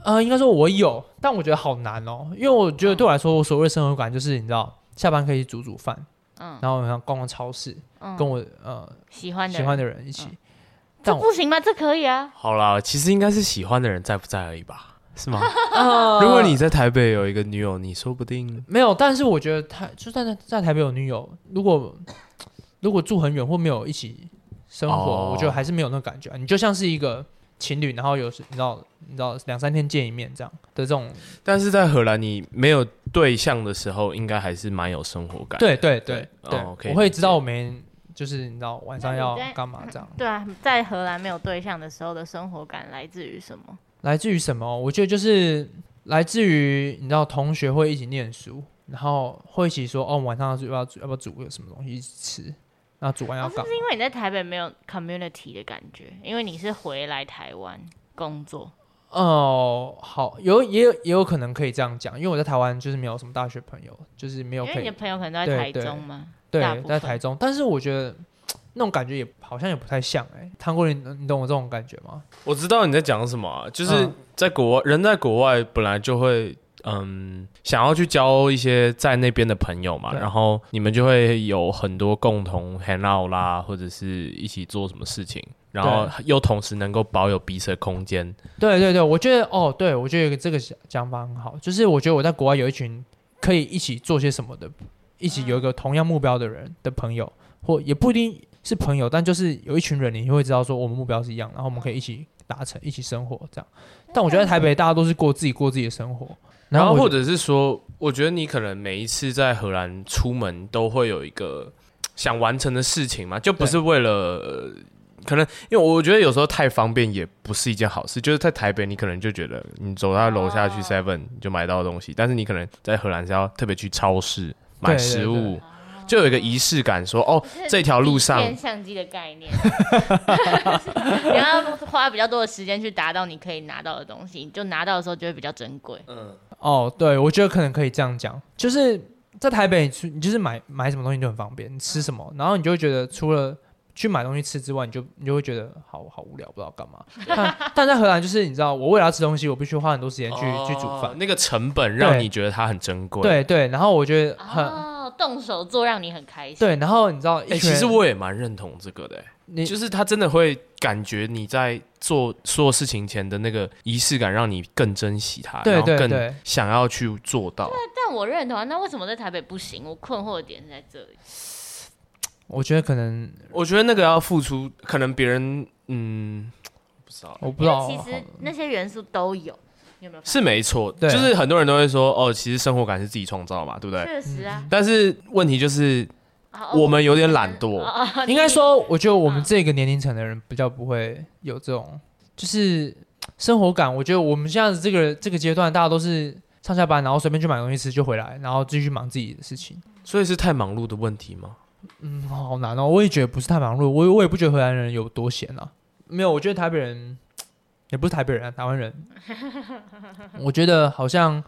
[SPEAKER 3] 呃，应该说我有，但我觉得好难哦，因为我觉得对我来说，我所谓的生活感就是你知道，下班可以煮煮饭，
[SPEAKER 2] 嗯
[SPEAKER 3] 然后然后逛逛超市，跟
[SPEAKER 2] 嗯
[SPEAKER 3] 我呃
[SPEAKER 2] 喜欢的
[SPEAKER 3] 喜
[SPEAKER 2] 人
[SPEAKER 3] 欢的人一起。
[SPEAKER 2] 这
[SPEAKER 3] 但我
[SPEAKER 2] 不行吗？这可以啊。
[SPEAKER 1] 好啦，其实应该是喜欢的人在不在而已吧，是吗？
[SPEAKER 3] 呃
[SPEAKER 1] 如果你在台北有一个女友，你说不定
[SPEAKER 3] 没有，但是我觉得台就算在在台北有女友，如果如果住很远或没有一起生活，
[SPEAKER 1] 哦
[SPEAKER 3] 我觉得还是没有那种感觉啊、你就像是一个情侣，然后有时你知道你知道两三天见一面这样的这种，
[SPEAKER 1] 但是在荷兰，你没有对象的时候，应该还是蛮有生活感。，
[SPEAKER 3] 对对对
[SPEAKER 1] 对
[SPEAKER 3] 对，
[SPEAKER 1] 哦可以
[SPEAKER 3] 我会知道我们就是你知道晚上要
[SPEAKER 2] 那你在
[SPEAKER 3] 干嘛这样。
[SPEAKER 2] 对啊，在荷兰没有对象的时候的生活感来自于什么？
[SPEAKER 3] 来自于什么？我觉得就是来自于你知道同学会一起念书，然后会一起说哦晚上要不要要不要煮个什么东西一起吃，那煮完要
[SPEAKER 2] 哦，
[SPEAKER 3] 干
[SPEAKER 2] 是
[SPEAKER 3] 嘛
[SPEAKER 2] 不是因为你在台北没有 community 的感觉？因为你是回来台湾工作，
[SPEAKER 3] 哦，好，有也有也有可能可以这样讲，因为我在台湾就是没有什么大学朋友，就是没有
[SPEAKER 2] 因为
[SPEAKER 3] 可
[SPEAKER 2] 你的
[SPEAKER 3] 以
[SPEAKER 2] 朋友可能都
[SPEAKER 3] 对
[SPEAKER 2] 在台
[SPEAKER 3] 对
[SPEAKER 2] 中嘛。大
[SPEAKER 3] 对
[SPEAKER 2] 部分
[SPEAKER 3] 在台中，但是我觉得那种感觉也好像也不太像哎、欸，汤过你你懂我这种感觉吗？
[SPEAKER 1] 我知道你在讲什么啊、就是
[SPEAKER 3] 嗯
[SPEAKER 1] 在国外，人在国外本来就会。嗯，想要去交一些在那边的朋友嘛，
[SPEAKER 3] 对
[SPEAKER 1] 然后你们就会有很多共同 hang out 啦，或者是一起做什么事情，然后又同时能够保有彼此的空间。
[SPEAKER 3] 对对对，我觉得哦，对我觉得有个这个想讲法很好，就是我觉得我在国外有一群可以一起做些什么的，一起有一个同样目标的人的朋友，或也不一定是朋友，但就是有一群人，你会知道说我们目标是一样，然后我们可以一起达成，一起生活这样。但我觉得在台北大家都是过自己过自己的生活，
[SPEAKER 1] 然后
[SPEAKER 3] 我
[SPEAKER 1] 或者是说，我觉得你可能每一次在荷兰出门都会有一个想完成的事情嘛，就不
[SPEAKER 3] 对
[SPEAKER 1] 是为了、呃可能，因为我觉得有时候太方便也不是一件好事。就是在台北，你可能就觉得你走到楼下去
[SPEAKER 2] 哦
[SPEAKER 1] Seven 你就买到东西，但是你可能在荷兰是要特别去超市买
[SPEAKER 3] 对对
[SPEAKER 1] 食物，就有一个仪式感说哦，这条路上
[SPEAKER 2] 底片相机的概念， 你要花比较多的时间去达到你可以拿到的东西，你就拿到的时候就会比较珍贵。
[SPEAKER 3] 哦，对，我觉得可能可以这样讲，就是在台北，你出你就是买买什么东西你就很方便，你吃什么，然后你就会觉得除了去买东西吃之外，你就你就会觉得好好无聊，不知道干 嘛。但但在荷兰，就是你知道，我为了要吃东西，我必须花很多时间去、去煮
[SPEAKER 1] 哦
[SPEAKER 3] 饭。
[SPEAKER 1] 那个成本让
[SPEAKER 3] 对
[SPEAKER 1] 你觉得它很珍贵。
[SPEAKER 3] 对对，然后我觉得很、
[SPEAKER 2] 哦，动手做让你很开心。
[SPEAKER 3] 对，然后你知道，一
[SPEAKER 1] 哎、
[SPEAKER 3] 群
[SPEAKER 1] 其实
[SPEAKER 3] 人
[SPEAKER 1] 我也蛮认同这个的、欸
[SPEAKER 3] 你
[SPEAKER 1] 就是他真的会感觉你在做所有事情前的那个仪式感，让你更珍惜它，
[SPEAKER 3] 对
[SPEAKER 1] 然后
[SPEAKER 3] 对
[SPEAKER 1] 更
[SPEAKER 3] 对
[SPEAKER 1] 想要去做到。
[SPEAKER 2] 但我认同啊，那为什么在台北不行？我困惑的点是在这里。
[SPEAKER 3] 我觉得可能
[SPEAKER 1] 我觉得那个要付出，可能别人嗯不知道
[SPEAKER 3] 我不
[SPEAKER 2] 因
[SPEAKER 3] 知
[SPEAKER 2] 为
[SPEAKER 3] 道，
[SPEAKER 2] 其实那些元素都有，你有没有？
[SPEAKER 1] 是，没错，
[SPEAKER 3] 对
[SPEAKER 1] 就是很多人都会说哦，其实生活感是自己创造嘛，对不对？
[SPEAKER 2] 确实
[SPEAKER 3] 嗯
[SPEAKER 2] 啊。
[SPEAKER 1] 但是问题就是
[SPEAKER 2] 啊
[SPEAKER 1] 我们有点懒惰，
[SPEAKER 3] 应该，
[SPEAKER 2] 哦
[SPEAKER 3] 说，我觉得我们
[SPEAKER 2] 嗯
[SPEAKER 3] 这个年龄层的人比较不会有这种，就是生活感。我觉得我们现在这个这个阶段，大家都是上下班，然后随便去买东西吃就回来，然后继续忙自己的事情。
[SPEAKER 1] 所以是太忙碌的问题吗？
[SPEAKER 3] 嗯，好难哦。我也觉得不是太忙碌，我我也不觉得荷兰人有多闲啊。没有，我觉得台北人也不是台北人啊，台 湾人，我觉得好像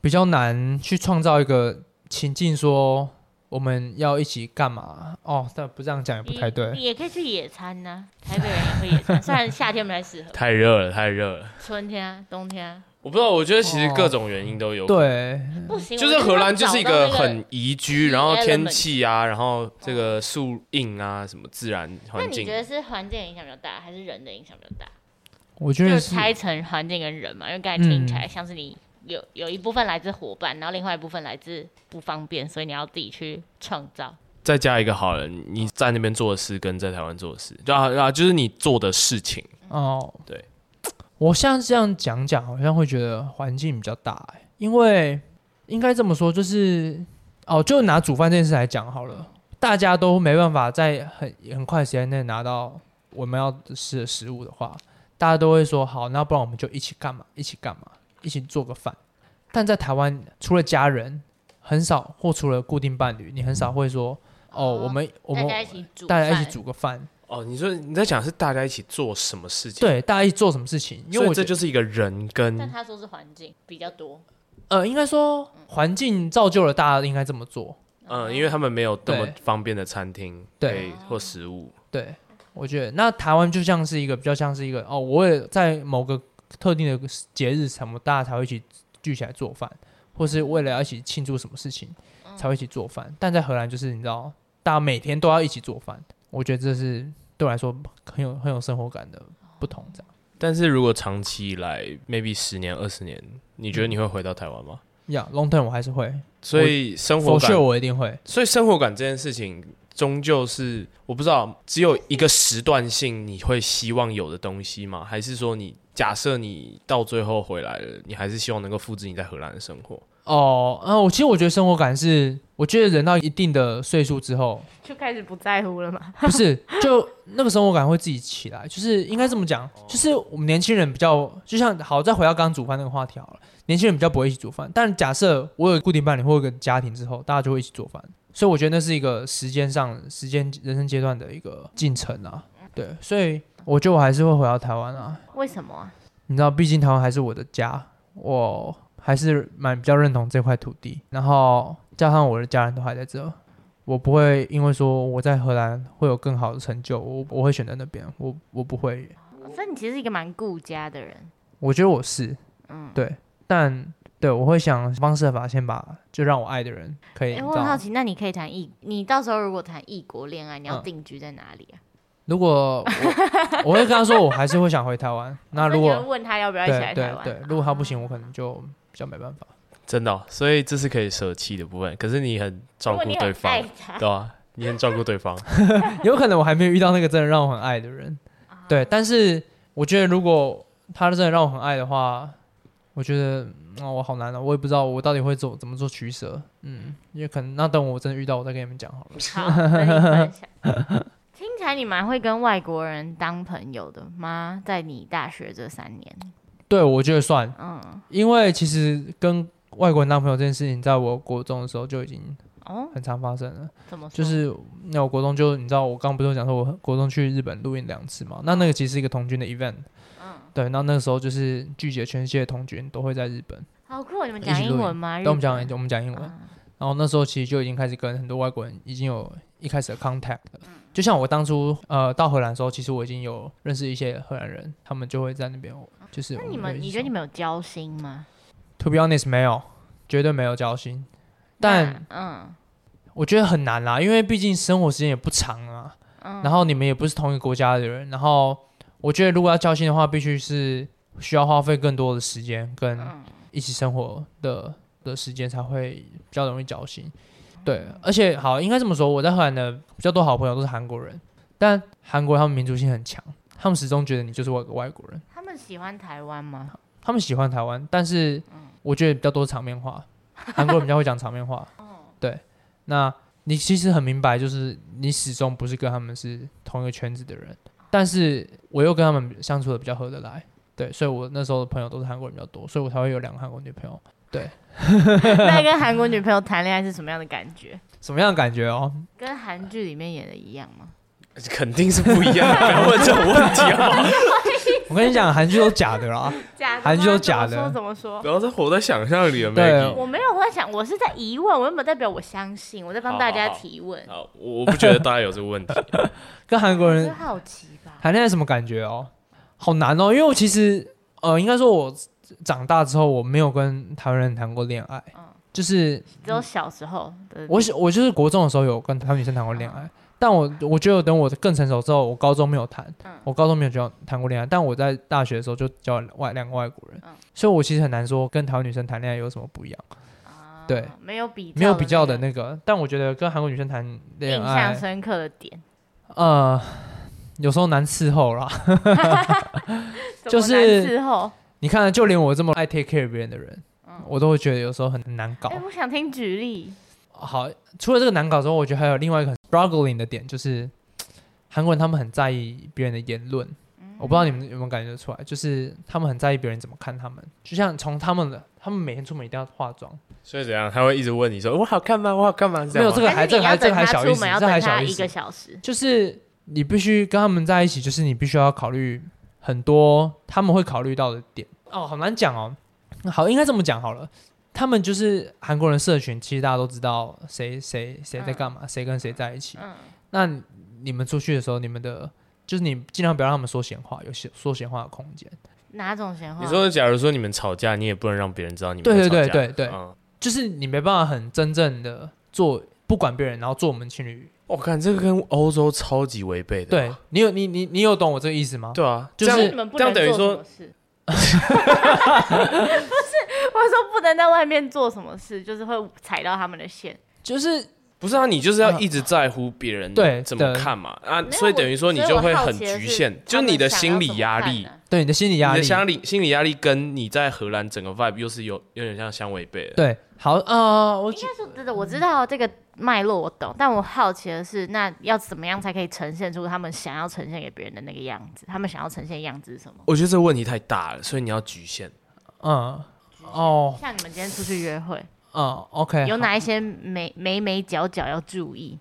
[SPEAKER 3] 比较难去创造一个情境，说我们要一起干嘛？哦，但不这样讲也不太
[SPEAKER 2] 你
[SPEAKER 3] 对。
[SPEAKER 2] 也可以去野餐呐、台北人也会野餐，虽然夏天不太适合，
[SPEAKER 1] 太热了，太热了。
[SPEAKER 2] 春天、啊、冬天、啊、
[SPEAKER 1] 我不知道，我觉得
[SPEAKER 3] 哦
[SPEAKER 1] 其实各种原因都有。，
[SPEAKER 3] 对，
[SPEAKER 2] 不行。
[SPEAKER 1] 就
[SPEAKER 2] 我
[SPEAKER 1] 是
[SPEAKER 2] 觉得
[SPEAKER 1] 荷兰
[SPEAKER 2] 他
[SPEAKER 1] 就是一
[SPEAKER 2] 找到
[SPEAKER 1] 个
[SPEAKER 2] 那个
[SPEAKER 1] 很宜居，然后
[SPEAKER 2] element
[SPEAKER 1] 天气啊，然后这个树荫啊，什么自然
[SPEAKER 2] 那
[SPEAKER 1] 环
[SPEAKER 2] 你
[SPEAKER 1] 境
[SPEAKER 2] 觉。得是环境影响比较大，还是人的影响比较大？
[SPEAKER 3] 我觉
[SPEAKER 2] 就
[SPEAKER 3] 得是嗯
[SPEAKER 2] 拆成环境跟人嘛，因为刚才听起来像是你有有一部分来自伙伴，然后另外一部分来自不方便，所以你要自己去创造。
[SPEAKER 1] 再加一个好了，你在那边做的事跟在台湾做的事，然后然后就是你做的事情，
[SPEAKER 3] 哦，
[SPEAKER 1] 对，
[SPEAKER 3] 我像这样讲讲，好像会觉得环境比较大、欸，因为应该这么说，就是哦，就拿煮饭这件事来讲好了，大家都没办法在很很快时间内拿到我们要吃的食物的话，大家都会说好，那不然我们就一起干嘛？一起干嘛？一起做个饭。但在台湾，除了家人，很少或除了固定伴侣，你很少会说哦，我们我
[SPEAKER 2] 大
[SPEAKER 3] 们
[SPEAKER 2] 家一起煮，
[SPEAKER 3] 大家一起，煮个饭，
[SPEAKER 1] 哦，你说你在讲是大家一起做什么事情？，
[SPEAKER 3] 对，大家一起做什么事情？因
[SPEAKER 1] 因
[SPEAKER 3] 为
[SPEAKER 1] 为
[SPEAKER 3] 我
[SPEAKER 1] 这
[SPEAKER 3] 觉得
[SPEAKER 1] 就是一个人
[SPEAKER 2] 但
[SPEAKER 1] 跟
[SPEAKER 2] 他说是环境比较多，
[SPEAKER 3] 呃，应该说环境造就了大家应该这么做。
[SPEAKER 1] 嗯，因为他们没有那么
[SPEAKER 3] 对
[SPEAKER 1] 方便的餐厅，
[SPEAKER 3] 对
[SPEAKER 1] 可以或食物，
[SPEAKER 3] 对，我觉得那台湾就像是一个比较像是一个哦，我也在某个特定的节日什么，大家才会一起聚起来做饭，或是为了要一起庆祝什么事情
[SPEAKER 1] 嗯
[SPEAKER 3] 才会一起做饭。但在荷兰就是你知道，大家每天都要一起做饭，我觉得这是对我来说很有很有生活感的不同。这样
[SPEAKER 1] 但是如果长期以来，maybe 十年、二十年，你
[SPEAKER 3] 嗯
[SPEAKER 1] 觉得你会回到台湾吗？
[SPEAKER 3] 呀、yeah,，long term 我还是会，
[SPEAKER 1] 所以生活
[SPEAKER 3] for
[SPEAKER 1] 感
[SPEAKER 3] sure 我一定会。
[SPEAKER 1] 所以生活感这件事情，终究是我不知道，只有一个时段性你会希望有的东西吗？还是说你假设你到最后回来了，你还是希望能够复制你在荷兰的生活？
[SPEAKER 3] 哦，嗯、我其实我觉得生活感是，我觉得人到一定的岁数之后，
[SPEAKER 2] 就开始不在乎了嘛。
[SPEAKER 3] 不是，就那个生活感会自己起来，就是应该这么讲，就是我们年轻人比较，就像好，再回到刚刚煮饭那个话题好了，年轻人比较不会一起煮饭，但假设我有固定伴侣或有个家庭之后，大家就会一起做饭，所以我觉得那是一个时间上、时间人生阶段的一个进程啊，对，所以我觉得我还是会回到台湾啊，
[SPEAKER 2] 为什么啊？
[SPEAKER 3] 你知道，毕竟台湾还是我的家，我还是蛮比较认同这块土地。然后加上我的家人都还在这，我不会因为说我在荷兰会有更好的成就，我我会选择那边，我我不会。
[SPEAKER 2] 所以你其实是一个蛮顾家的人，
[SPEAKER 3] 我觉得我是
[SPEAKER 2] 嗯。
[SPEAKER 3] 对，但对我会想方设法先把就让我爱的人可以。
[SPEAKER 2] 哎、
[SPEAKER 3] 你
[SPEAKER 2] 我
[SPEAKER 3] 知
[SPEAKER 2] 很
[SPEAKER 3] 道
[SPEAKER 2] 好奇，那你可以谈异，你到时候如果谈异国恋爱，你要
[SPEAKER 3] 嗯
[SPEAKER 2] 定居在哪里啊？
[SPEAKER 3] 如果我我会跟他说，我还是会想回台 湾。那
[SPEAKER 2] 哦所以
[SPEAKER 3] 如
[SPEAKER 2] 你会
[SPEAKER 3] 果
[SPEAKER 2] 问他要不要一起
[SPEAKER 3] 对
[SPEAKER 2] 来台
[SPEAKER 3] 对
[SPEAKER 2] 湾，哦
[SPEAKER 3] 对，如果他不行，我可能就比较没办法。
[SPEAKER 1] 真的哦、所以这是可以舍弃的部分。可是你很照
[SPEAKER 2] 如果
[SPEAKER 1] 顾
[SPEAKER 2] 你
[SPEAKER 1] 对
[SPEAKER 2] 很爱
[SPEAKER 1] 方，
[SPEAKER 2] 他，
[SPEAKER 1] 对吧、你很照顾 对方，
[SPEAKER 3] 有可能我还没有遇到那个真的让我很爱的人。对，但是我觉得如果他真的让我很爱的话，我觉得、嗯哦、我好难了、我也不知道我到底会做怎么做取舍。嗯，也可能那等我真的遇到，我再跟你们讲好了。
[SPEAKER 2] 好，跟你分享。 听起来你蛮会跟外国人当朋友的吗？在你大学这三年，
[SPEAKER 3] 对，我觉得算，
[SPEAKER 2] 嗯，
[SPEAKER 3] 因为其实跟外国人当朋友这件事情，在我国中的时候就已经
[SPEAKER 2] 哦，
[SPEAKER 3] 很常发生了。
[SPEAKER 2] 怎么说？
[SPEAKER 3] 就是那我国中就你知道，我刚不是有讲说我国中去日本录音两次嘛？那那个其实是一个童军的 event。嗯，对，那那个时候就是聚集了全世界的童军都会在日本。
[SPEAKER 2] 好酷哦，你们
[SPEAKER 3] 一
[SPEAKER 2] 讲
[SPEAKER 3] 起
[SPEAKER 2] 英
[SPEAKER 3] 录
[SPEAKER 2] 文吗？
[SPEAKER 3] 对，我们讲
[SPEAKER 2] 日
[SPEAKER 3] 我们讲英文。
[SPEAKER 2] 啊
[SPEAKER 3] 然后那时候其实就已经开始跟很多外国人已经有一开
[SPEAKER 2] 嗯
[SPEAKER 3] 始的 contact 了。就像我当初呃到荷兰的时候，其实我已经有认识一些荷兰人，他们就会在那边就是
[SPEAKER 2] 本。
[SPEAKER 3] 我
[SPEAKER 2] 那你
[SPEAKER 3] 会
[SPEAKER 2] 们，
[SPEAKER 3] 一起
[SPEAKER 2] 你觉得
[SPEAKER 3] 说
[SPEAKER 2] 你们有交心吗？
[SPEAKER 3] ？To be honest，没有，绝对没有交心。但
[SPEAKER 2] 那嗯，
[SPEAKER 3] 我觉得很难啦，因为毕竟生活时间也不长啊，
[SPEAKER 2] 嗯
[SPEAKER 3] 然后你们也不是同一个国家的人，然后我觉得如果要交心的话，必须是需要花费更多的时间跟
[SPEAKER 2] 嗯
[SPEAKER 3] 一起生活的的时间才会比较容易交心。对，而且好，应该这么说，我在荷兰的比较多好朋友都是韩国人，但韩国人他们民族性很强，他们始终觉得你就是外外国人，
[SPEAKER 2] 他们喜欢台湾吗？
[SPEAKER 3] 他们喜欢台湾，但是我觉得比较多场面话，韩国人比较会讲场面话。对，那你其实很明白，就是你始终不是跟他们是同一个圈子的人，但是我又跟他们相处的比较合得来。对，所以我那时候的朋友都是韩国人比较多，所以我才会有两个韩国女朋友。
[SPEAKER 2] 那跟韩国女朋友谈恋爱是什么样的感觉？
[SPEAKER 3] 什么样的感觉哦？
[SPEAKER 2] 跟韩剧里面演的一样吗？
[SPEAKER 1] 肯定是不一样的，不要问这种问题啊！
[SPEAKER 3] 我跟你讲，韩剧都假的 啦。
[SPEAKER 2] 假的吗，
[SPEAKER 3] 韩剧都假的
[SPEAKER 2] 怎么说怎么说？
[SPEAKER 1] 不要再活在想象里了
[SPEAKER 3] 对
[SPEAKER 1] ，Maggie。
[SPEAKER 2] 我没有在想，我是在疑问，我又没有代表我相信，我在帮
[SPEAKER 1] 好
[SPEAKER 2] 大
[SPEAKER 1] 好
[SPEAKER 2] 家
[SPEAKER 1] 好
[SPEAKER 2] 提问，
[SPEAKER 1] 好，我我不觉得大家有这个问题。
[SPEAKER 3] 跟韩国
[SPEAKER 2] 我是
[SPEAKER 3] 人
[SPEAKER 2] 好奇吧。
[SPEAKER 3] 谈恋爱什么感觉哦？好难哦，因为我其实呃，应该说我长大之后我没有跟台湾人谈过恋爱，
[SPEAKER 2] 嗯
[SPEAKER 3] 就是
[SPEAKER 2] 只有小时候的
[SPEAKER 3] 我我就是国中的时候有跟台湾女生谈过恋
[SPEAKER 2] 嗯
[SPEAKER 3] 爱，但我我觉得等我更成熟之后，我高中没有谈，
[SPEAKER 2] 嗯
[SPEAKER 3] 我高中没有交谈过恋爱，但我在大学的时候就交了外两个外国人，
[SPEAKER 2] 嗯
[SPEAKER 3] 所以我其实很难说跟台湾女生谈恋爱有什么不一样，
[SPEAKER 2] 啊
[SPEAKER 3] 对，
[SPEAKER 2] 没有比较
[SPEAKER 3] 没有比较
[SPEAKER 2] 的
[SPEAKER 3] 的哎
[SPEAKER 2] 那
[SPEAKER 3] 那个，但我觉得跟韩国女生谈
[SPEAKER 2] 个
[SPEAKER 3] 恋
[SPEAKER 2] 印象
[SPEAKER 3] 爱，
[SPEAKER 2] 深刻的点，
[SPEAKER 3] 呃，有时候难伺候啦。 就
[SPEAKER 2] 怎么难
[SPEAKER 3] 是
[SPEAKER 2] 伺候。嗯
[SPEAKER 3] 你看，就连我这么爱 take care 别人的人，我都会觉得有时候很很难搞
[SPEAKER 2] 哎、。我想听举例，
[SPEAKER 3] 好，除了这个难搞之后，我觉得还有另外一个很 struggling 的点，就是韩国人他们很在意别人的言论。我不知道你们有没有感觉出来，就是他们很在意别人怎么看他们。就像从他们的，他们每天出门一定要化妆，
[SPEAKER 1] 所以怎样？他会一直问你说：“我好看吗？我好看吗？”这样
[SPEAKER 3] 没有
[SPEAKER 1] 吗
[SPEAKER 3] 这个还
[SPEAKER 2] 但是
[SPEAKER 3] 这
[SPEAKER 2] 你
[SPEAKER 3] 个
[SPEAKER 2] 要
[SPEAKER 3] 还这
[SPEAKER 2] 等
[SPEAKER 3] 个还
[SPEAKER 2] 他
[SPEAKER 3] 小意
[SPEAKER 2] 出
[SPEAKER 3] 思，
[SPEAKER 2] 门要
[SPEAKER 3] 这个还
[SPEAKER 2] 等
[SPEAKER 3] 小
[SPEAKER 2] 他
[SPEAKER 3] 意
[SPEAKER 2] 一个
[SPEAKER 3] 思。
[SPEAKER 2] 小时，
[SPEAKER 3] 就是你必须跟他们在一起，就是你必须要考虑很多他们会考虑到的点。哦，好难讲哦。好，应该这么讲好了。他们就是韩国人社群，其实大家都知道谁谁谁在干嘛，谁跟谁在一起。
[SPEAKER 2] 嗯，
[SPEAKER 3] 那你们出去的时候，你们的就是你尽量不要让他们说闲话，有些说闲话的空间。
[SPEAKER 2] 哪种闲话？
[SPEAKER 1] 你说，假如说你们吵架，你也不能让别人知道你们
[SPEAKER 3] 对
[SPEAKER 1] 在
[SPEAKER 3] 啊对
[SPEAKER 1] 吵架
[SPEAKER 3] 对对对
[SPEAKER 1] 嗯
[SPEAKER 3] 就是你没办法很真正的做不管别人，然后做我们情侣。
[SPEAKER 1] 我哦看这个跟欧洲超级违背的。
[SPEAKER 3] 对你有你你你有懂我这个意思吗？
[SPEAKER 1] 对啊，
[SPEAKER 3] 就是
[SPEAKER 1] 这
[SPEAKER 2] 你
[SPEAKER 1] 样
[SPEAKER 2] 们不
[SPEAKER 1] 这
[SPEAKER 2] 能
[SPEAKER 1] 样等
[SPEAKER 2] 做
[SPEAKER 1] 于说
[SPEAKER 2] 什么事。 不是，我说不能在外面做什么事，就是会踩到他们的线。
[SPEAKER 3] 就是
[SPEAKER 1] 不是啊，你就是
[SPEAKER 3] 嗯
[SPEAKER 1] 要一直在乎别人
[SPEAKER 3] 对
[SPEAKER 1] 怎么看嘛啊
[SPEAKER 2] 没，有
[SPEAKER 1] 所以等于说你就
[SPEAKER 2] 所以
[SPEAKER 1] 会很
[SPEAKER 2] 我好奇的
[SPEAKER 1] 局
[SPEAKER 2] 是
[SPEAKER 1] 限，
[SPEAKER 2] 他
[SPEAKER 1] 就
[SPEAKER 2] 们
[SPEAKER 1] 你的
[SPEAKER 2] 想要
[SPEAKER 1] 心理
[SPEAKER 2] 怎么
[SPEAKER 1] 压
[SPEAKER 2] 看
[SPEAKER 1] 力，
[SPEAKER 2] 呢
[SPEAKER 3] 对你的心理压
[SPEAKER 1] 你的
[SPEAKER 3] 力，
[SPEAKER 1] 心理心理压力跟你在荷兰整个 vibe 又是有有点像相违背的。
[SPEAKER 3] 对，好啊、呃我
[SPEAKER 2] 应该说真的，我知道这个脉络，我懂。但我好奇的是，那要怎么样才可以呈现出他们想要呈现给别人的那个样子？他们想要呈现的样子是什么？
[SPEAKER 1] 我觉得这个问题太大了，所以你要局限。
[SPEAKER 3] 嗯哦
[SPEAKER 2] 像你们今天出去约会，
[SPEAKER 3] 嗯，OK，
[SPEAKER 2] 有哪一些眉眉眉角角要注意？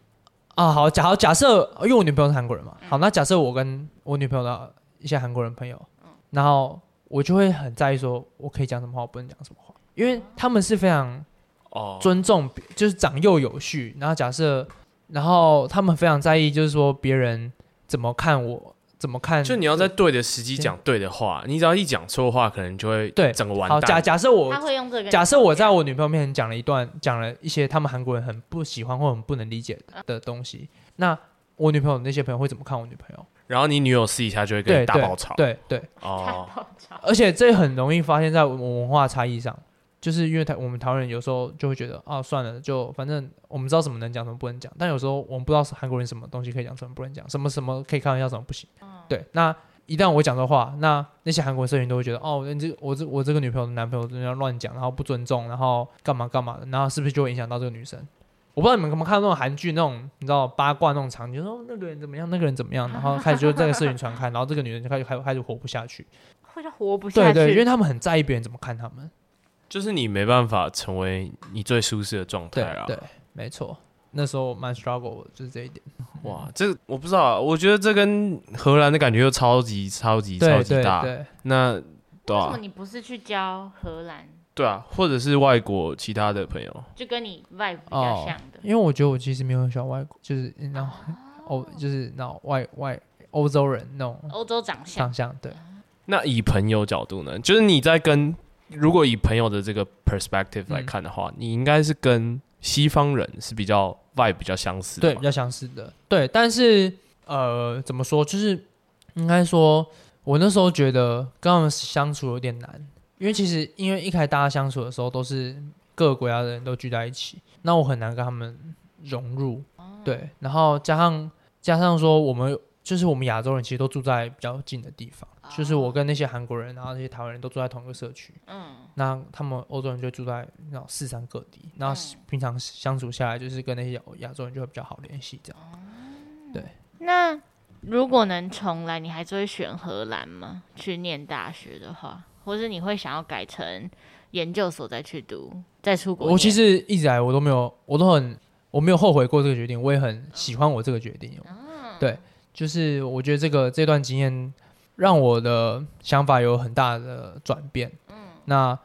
[SPEAKER 3] 啊？好假好假设，因为我女朋友是韩国人
[SPEAKER 2] 嗯
[SPEAKER 3] 嘛，好，那假设我跟我女朋友的一些韩国人朋友，
[SPEAKER 2] 嗯
[SPEAKER 3] 然后我就会很在意说我可以讲什么话，我不能讲什么话，因为他们是非常
[SPEAKER 1] 哦，
[SPEAKER 3] 尊重，就是长幼有序。然后假设，然后他们非常在意，就是说别人怎么看我，怎么看，
[SPEAKER 1] 就你要在对的时机讲对的话，你只要一讲错话，可能就会
[SPEAKER 3] 对
[SPEAKER 1] 整个完
[SPEAKER 3] 好假
[SPEAKER 1] 蛋。
[SPEAKER 3] 假设我
[SPEAKER 2] 他会用这个跟你
[SPEAKER 3] 假设我在
[SPEAKER 2] 吵架
[SPEAKER 3] 我女朋友面前讲了一段，讲了一些他们韩国人很不喜欢或很不能理解的
[SPEAKER 2] 嗯
[SPEAKER 3] 的东西，那我女朋友那些朋友会怎么看我女朋友？
[SPEAKER 1] 然后你女友私底下就会跟
[SPEAKER 3] 对，
[SPEAKER 1] 你大
[SPEAKER 3] 对
[SPEAKER 1] 爆吵。
[SPEAKER 3] 对对，
[SPEAKER 1] 哦，
[SPEAKER 2] 大爆炸
[SPEAKER 3] 而且这很容易发现在我们文化差异上，就是因为台我们台湾人有时候就会觉得啊，算了，就反正我们知道什么能讲，什么不能讲，但有时候我们不知道是韩国人什么东西可以讲，什么不能讲，什么什么可以开玩笑，什么不行。对，那一旦我讲的话，那那些韩国社群都会觉得哦，你这我这我这个女朋友的男朋友真的要乱讲，然后不尊重，然后干嘛干嘛的，然后是不是就会影响到这个女生？我不知道你们有没有看到那种韩剧那种你知道八卦那种场景，就说哦那个人怎么样，那个人怎么样，然后开始就这个社群传开，然后这个女人就开始开始开始活不下去。
[SPEAKER 2] 会就活不下去。
[SPEAKER 3] 对对，因为他们很在意别人怎么看他们。
[SPEAKER 1] 就是你没办法成为你最舒适的状态
[SPEAKER 3] 对
[SPEAKER 1] 啊。
[SPEAKER 3] 对，没错。那时候我蛮 struggle 的就是这一点。
[SPEAKER 1] 哇，这个我不知道啊，我觉得这跟荷兰的感觉又超级超级超
[SPEAKER 3] 对
[SPEAKER 1] 级
[SPEAKER 3] 对
[SPEAKER 1] 大。
[SPEAKER 3] 对，
[SPEAKER 1] 那对
[SPEAKER 3] 哦
[SPEAKER 2] 为什么
[SPEAKER 1] 啊，
[SPEAKER 2] 你不是去教荷兰，
[SPEAKER 1] 对啊，或者是外国其他的朋友，
[SPEAKER 2] 就跟你外比
[SPEAKER 3] 哦
[SPEAKER 2] 较像的？
[SPEAKER 3] 因为我觉得我其实没有很喜欢外国，就是那种欧，就是那种外外欧洲人那种
[SPEAKER 2] 欧洲长相
[SPEAKER 3] 长相。对，
[SPEAKER 1] 那以朋友角度呢，就是你在跟如果以朋友的这个 perspective 来
[SPEAKER 3] 嗯
[SPEAKER 1] 看的话，你应该是跟西方人是比较 vibe 比较相似的
[SPEAKER 3] 对，
[SPEAKER 1] 嘛
[SPEAKER 3] 比，较相似的。对，但是呃，怎么说，就是应该说，我那时候觉得跟他们相处有点难，因为其实因为一开始大家相处的时候都是各个国家的人都聚在一起，那我很难跟他们融入。
[SPEAKER 2] 哦
[SPEAKER 3] 对，然后加上加上说我们。就是我们亚洲人其实都住在比较近的地方，
[SPEAKER 2] 哦
[SPEAKER 3] 就是我跟那些韩国人，然啊后那些台湾人都住在同一个社区，
[SPEAKER 2] 嗯，
[SPEAKER 3] 那他们欧洲人就住在那种四散各地，那
[SPEAKER 2] 嗯
[SPEAKER 3] 平常相处下来，就是跟那些亚亚洲人就会比较好联系这样。
[SPEAKER 2] 那如果能重来，你还是会选荷兰吗？去念大学的话，或是你会想要改成研究所再去读，再出国念。
[SPEAKER 3] 我其实一直以来我都没有，我都很我没有后悔过这个决定，我也很喜欢我这个决定。对，就是我觉得这个这段经验让我的想法有很大的转变。那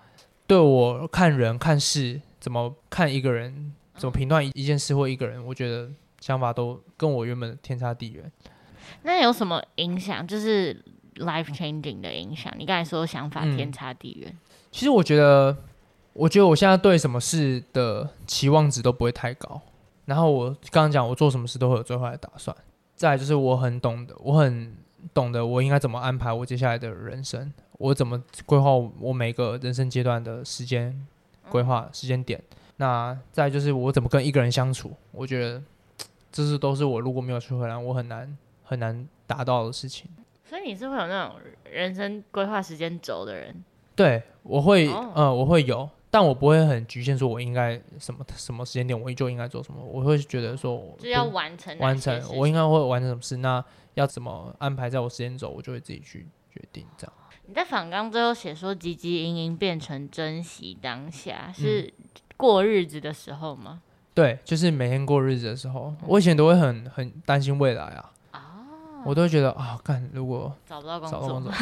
[SPEAKER 3] 对我看人看事，怎么看一个人，怎么评断一一件事或一个人，我觉得想法都跟我原本天差地远。
[SPEAKER 2] 那有什么影响？就是 life changing 的影响。你刚才说想法
[SPEAKER 3] 嗯
[SPEAKER 2] 天差地远，
[SPEAKER 3] 其实我觉得，我觉得我现在对什么事的期望值都不会太高。然后我刚刚讲，我做什么事都会有最坏的打算。再来就是我很懂得，我很懂得我应该怎么安排我接下来的人生，我怎么规划我每个人生阶段的时间规划时间点。那再来就是我怎么跟一个人相处，我觉得这是都是我如果没有去荷兰，我很难很难达到的事情。
[SPEAKER 2] 所以你是会有那种人生规划时间轴的人。
[SPEAKER 3] 对，我会，
[SPEAKER 2] 哦
[SPEAKER 3] 呃，我会有，但我不会很局限，说我应该什么什么时间点我就应该做什么。我会觉得说我
[SPEAKER 2] 就要
[SPEAKER 3] 不
[SPEAKER 2] 完成
[SPEAKER 3] 完
[SPEAKER 2] 哪些
[SPEAKER 3] 成
[SPEAKER 2] 事，情
[SPEAKER 3] 我应该会完成什么事，那要怎么安排在我时间轴，我就会自己去决定。这样
[SPEAKER 2] 你在访纲最后写说“汲汲营营变成珍惜当下”，是
[SPEAKER 3] 嗯
[SPEAKER 2] 过日子的时候吗？
[SPEAKER 3] 对，就是每天过日子的时候，
[SPEAKER 2] 嗯
[SPEAKER 3] 我以前都会很很担心未来啊，
[SPEAKER 2] 哦
[SPEAKER 3] 我都会觉得啊，干如果
[SPEAKER 2] 找不到工
[SPEAKER 3] 找到
[SPEAKER 2] 作
[SPEAKER 3] 工，作，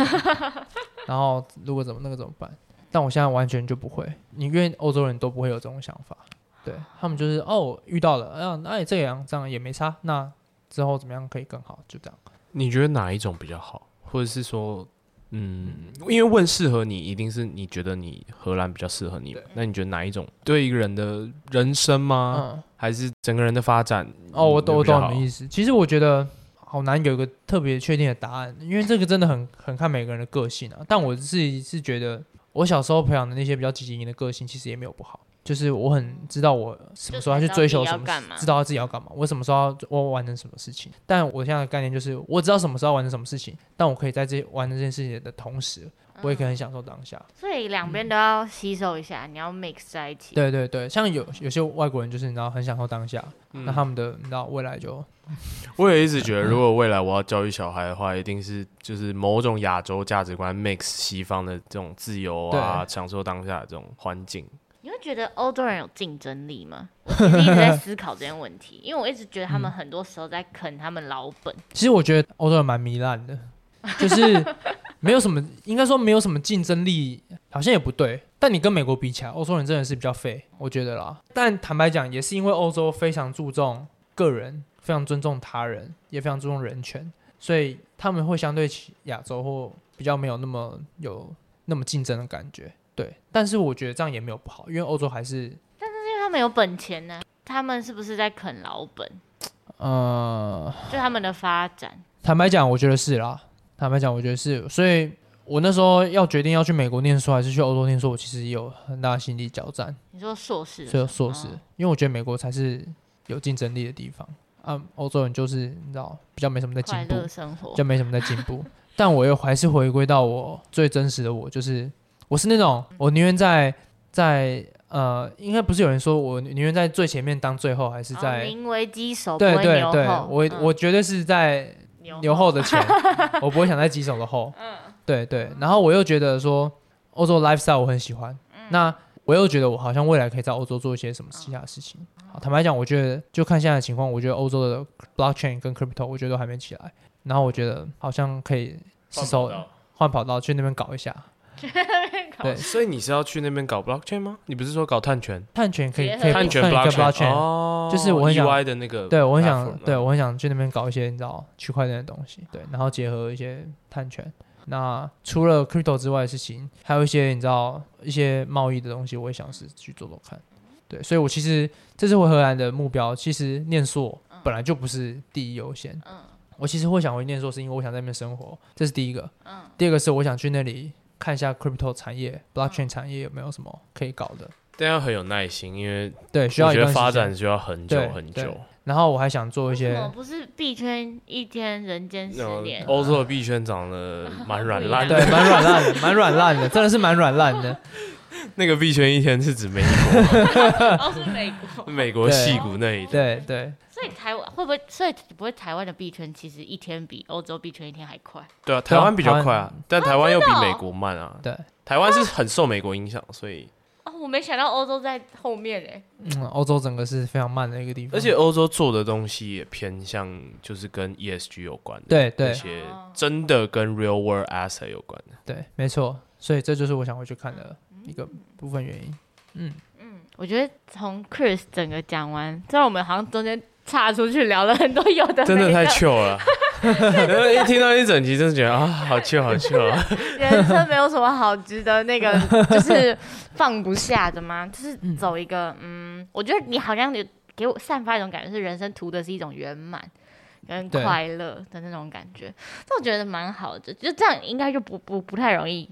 [SPEAKER 3] 然后如果怎么那个怎么办？但我现在完全就不会，你因为欧洲人都不会有这种想法，对他们就是哦遇到了，哎、呀，那也这样这样也没差，那之后怎么样可以更好，就这样。
[SPEAKER 1] 你觉得哪一种比较好，或者是说，嗯，因为问适合你，一定是你觉得你荷兰比较适合你嘛。那你觉得哪一种对一个人的人生吗，
[SPEAKER 3] 嗯，
[SPEAKER 1] 还是整个人的发展？
[SPEAKER 3] 哦，我懂我懂你的
[SPEAKER 1] 你
[SPEAKER 3] 意
[SPEAKER 1] 思。
[SPEAKER 3] 思。其实我觉得好难有一个特别确定的答案，因为这个真的很很看每个人的个性啊。但我自己是觉得，我小时候培养的那些比较积极的个性，其实也没有不好。就是我很知道我什么时候要去追求什
[SPEAKER 2] 就知
[SPEAKER 3] 么
[SPEAKER 2] 道自己要干嘛，
[SPEAKER 3] 知道自己要干嘛，我什么时候要我完成什么事情。但我现在的概念就是，我知道什么时候要完成什么事情，但我可以在这完成这件事情的同时，
[SPEAKER 2] 嗯
[SPEAKER 3] 我也可以很享受当下。
[SPEAKER 2] 所以两边都要吸收一下，你要 mix 在一起。
[SPEAKER 3] 嗯对对对，像有有些外国人就是你知道很享受当下，嗯那他们的你知道未来就
[SPEAKER 1] 嗯我也一直觉得，如果未来我要教育小孩的话，一定是就是某种亚洲价值观 mix 西方的这种自由啊，享受当下的这种环境。
[SPEAKER 2] 你会觉得欧洲人有竞争力吗？ 我其实一直在思考这件问题，因为我一直觉得
[SPEAKER 3] 嗯
[SPEAKER 2] 他们很多时候在啃他们老本。
[SPEAKER 3] 其实我觉得欧洲人蛮糜烂的，就是没有什么，应该说没有什么竞争力，好像也不对。但你跟美国比起来，欧洲人真的是比较废，我觉得啦。但坦白讲，也是因为欧洲非常注重个人，非常尊重他人，也非常注重人权，所以他们会相对起亚洲或比较没有那么有那么竞争的感觉。对，但是我觉得这样也没有不好，因为欧洲还是
[SPEAKER 2] 因为他们有本钱呢、他们是不是在啃老本？
[SPEAKER 3] 呃
[SPEAKER 2] 就他们的发展，
[SPEAKER 3] 坦白讲，我觉得是啦。坦白讲，我觉得是。所以我那时候要决定要去美国念书还是去欧洲念书，我其实也有很大的心理交战。
[SPEAKER 2] 你说硕士的时
[SPEAKER 3] 所
[SPEAKER 2] 候，
[SPEAKER 3] 以硕士
[SPEAKER 2] 哦，
[SPEAKER 3] 因为我觉得美国才是有竞争力的地方啊，欧洲人就是你知道比较没什么在
[SPEAKER 2] 快
[SPEAKER 3] 进步
[SPEAKER 2] 乐，生活
[SPEAKER 3] 比较没什么在进 步。但我又还是回归到我最真实的我，就是我是那种我宁愿在在呃，应该不是有人说我宁愿在最前面当最后，还是
[SPEAKER 2] 哦
[SPEAKER 3] 在、
[SPEAKER 2] 宁为鸡首不
[SPEAKER 3] 对
[SPEAKER 2] 会
[SPEAKER 3] 对
[SPEAKER 2] 牛
[SPEAKER 3] 对
[SPEAKER 2] 后。，
[SPEAKER 3] 我、
[SPEAKER 2] 嗯
[SPEAKER 3] 我绝对是在
[SPEAKER 2] 牛
[SPEAKER 3] 牛
[SPEAKER 2] 后
[SPEAKER 3] 后的 钱，我不会想在棘手的后。
[SPEAKER 2] 嗯
[SPEAKER 3] 对对。然后我又觉得说，欧洲 lifestyle 我很喜欢，
[SPEAKER 2] 嗯
[SPEAKER 3] 那我又觉得我好像未来可以在欧洲做一些什么其他的事情。
[SPEAKER 2] 哦
[SPEAKER 3] 好坦白讲，我觉得就看现在的情况，我觉得欧洲的 blockchain 跟 crypto 我觉得都还没起来，然后我觉得好像可以是时候换跑道去那边搞一下。对，
[SPEAKER 1] 所以你是要去那边搞 blockchain 吗？你不是说搞碳权？
[SPEAKER 3] 探权可以
[SPEAKER 2] 结合
[SPEAKER 3] 可以
[SPEAKER 1] 碳权
[SPEAKER 3] 可以可以
[SPEAKER 1] blockchain 哦，
[SPEAKER 3] 就是我很想
[SPEAKER 1] EY 的那个 platform 啊，
[SPEAKER 3] 对，我很想，对我很想去那边搞一些你知道区块链的东西，对，然后结合一些碳权。那除了 crypto 之外的事情，还有一些你知道一些贸易的东西，我也想是去做做看。对，所以我其实这次回荷兰的目标，其实念硕
[SPEAKER 1] 嗯
[SPEAKER 3] 本来就不是第一优先。我其实会想回念硕，是因为我想在那边生活，这是第一个。
[SPEAKER 1] 嗯
[SPEAKER 3] 第二个是我想去那里看一下 crypto 产业、blockchain 产业有没有什么可以搞的。
[SPEAKER 1] 但要很有耐心，因为
[SPEAKER 3] 对，需要
[SPEAKER 1] 我
[SPEAKER 3] 一
[SPEAKER 1] 觉
[SPEAKER 3] 段
[SPEAKER 1] 得
[SPEAKER 3] 时间
[SPEAKER 1] 发展。需要很久
[SPEAKER 3] 对
[SPEAKER 1] 很
[SPEAKER 3] 对
[SPEAKER 1] 久。
[SPEAKER 3] 然后我还想做一
[SPEAKER 2] 为
[SPEAKER 3] 些
[SPEAKER 2] 什么不是币圈一天人间十
[SPEAKER 1] 然后
[SPEAKER 2] 年？
[SPEAKER 1] 欧洲的币圈长得蛮软烂
[SPEAKER 3] 对
[SPEAKER 1] 的，，
[SPEAKER 3] 蛮软烂的，蛮软烂的，真的是蛮软烂的。
[SPEAKER 1] 那个币圈一天是 指美。
[SPEAKER 2] 哦，是美国
[SPEAKER 1] 美国戏骨那一种。
[SPEAKER 3] 对对，
[SPEAKER 2] 所以台湾会不会？所以不会台湾的币圈其实一天比欧洲币圈一天还快？
[SPEAKER 1] 对啊，台湾比较
[SPEAKER 3] 台湾
[SPEAKER 1] 快啊，但台湾又比美国慢啊。
[SPEAKER 3] 对，
[SPEAKER 1] 台湾是很受美国影响，所以
[SPEAKER 2] 哦没想到欧洲在后面哎、
[SPEAKER 3] 嗯，欧洲整个是非常慢的一个地方，
[SPEAKER 1] 而且欧洲做的东西也偏向就是跟 ESG 有关的，
[SPEAKER 3] 对对
[SPEAKER 1] 而且真的跟 real world asset 有 关的。
[SPEAKER 3] 对，没错，所以这就是我想回去看的一个部分原因。嗯，
[SPEAKER 2] 我觉得从 Chris 整个讲完，虽然我们好像中间岔出去聊了很多有的没的，
[SPEAKER 1] 真的太糗了。 然后一听到一整集，真的觉得啊，好糗，好糗啊！
[SPEAKER 2] 人生没有什么好值得那个就是放不下的吗？就是走一个嗯，我觉得你好像有给我散发一种感觉，是人生图的是一种圆满跟
[SPEAKER 3] 对
[SPEAKER 2] 快乐的那种感觉。那我觉得蛮好的，就这样应该就不不不太容易，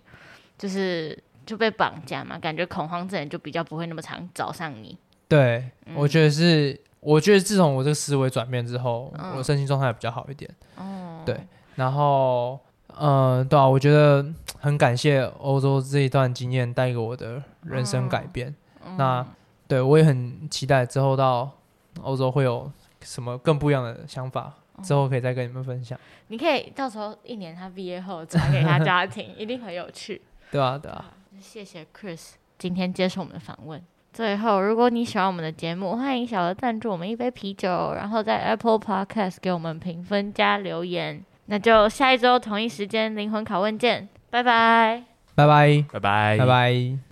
[SPEAKER 2] 就是就被绑架嘛。感觉恐慌症就比较不会那么常找上你。
[SPEAKER 3] 对，
[SPEAKER 2] 嗯
[SPEAKER 3] 我觉得是，我觉得自从我这个思维转变之后，
[SPEAKER 2] 嗯
[SPEAKER 3] 我的身心状态比较好一点。
[SPEAKER 2] 哦，
[SPEAKER 3] 对然后，嗯、对啊，我觉得嗯很感谢欧洲这一段经验带给我的人生改变。
[SPEAKER 2] 嗯
[SPEAKER 3] 那对我也很期待之后到欧洲会有什么更不一样的想法，
[SPEAKER 2] 哦
[SPEAKER 3] 之后可以再跟你们分享。
[SPEAKER 2] 你可以到时候一年他毕业后传给他家庭，一定很有趣。
[SPEAKER 3] 对啊，对啊，
[SPEAKER 2] 谢谢 Chris 今天接受我们的访问。最后，如果你喜欢我们的节目，欢迎小额赞助我们一杯啤酒，然后在 Apple Podcast 给我们评分加留言。那就下一周同一时间灵魂拷问见，拜拜。
[SPEAKER 3] 拜拜，
[SPEAKER 1] 拜拜，
[SPEAKER 3] 拜。拜。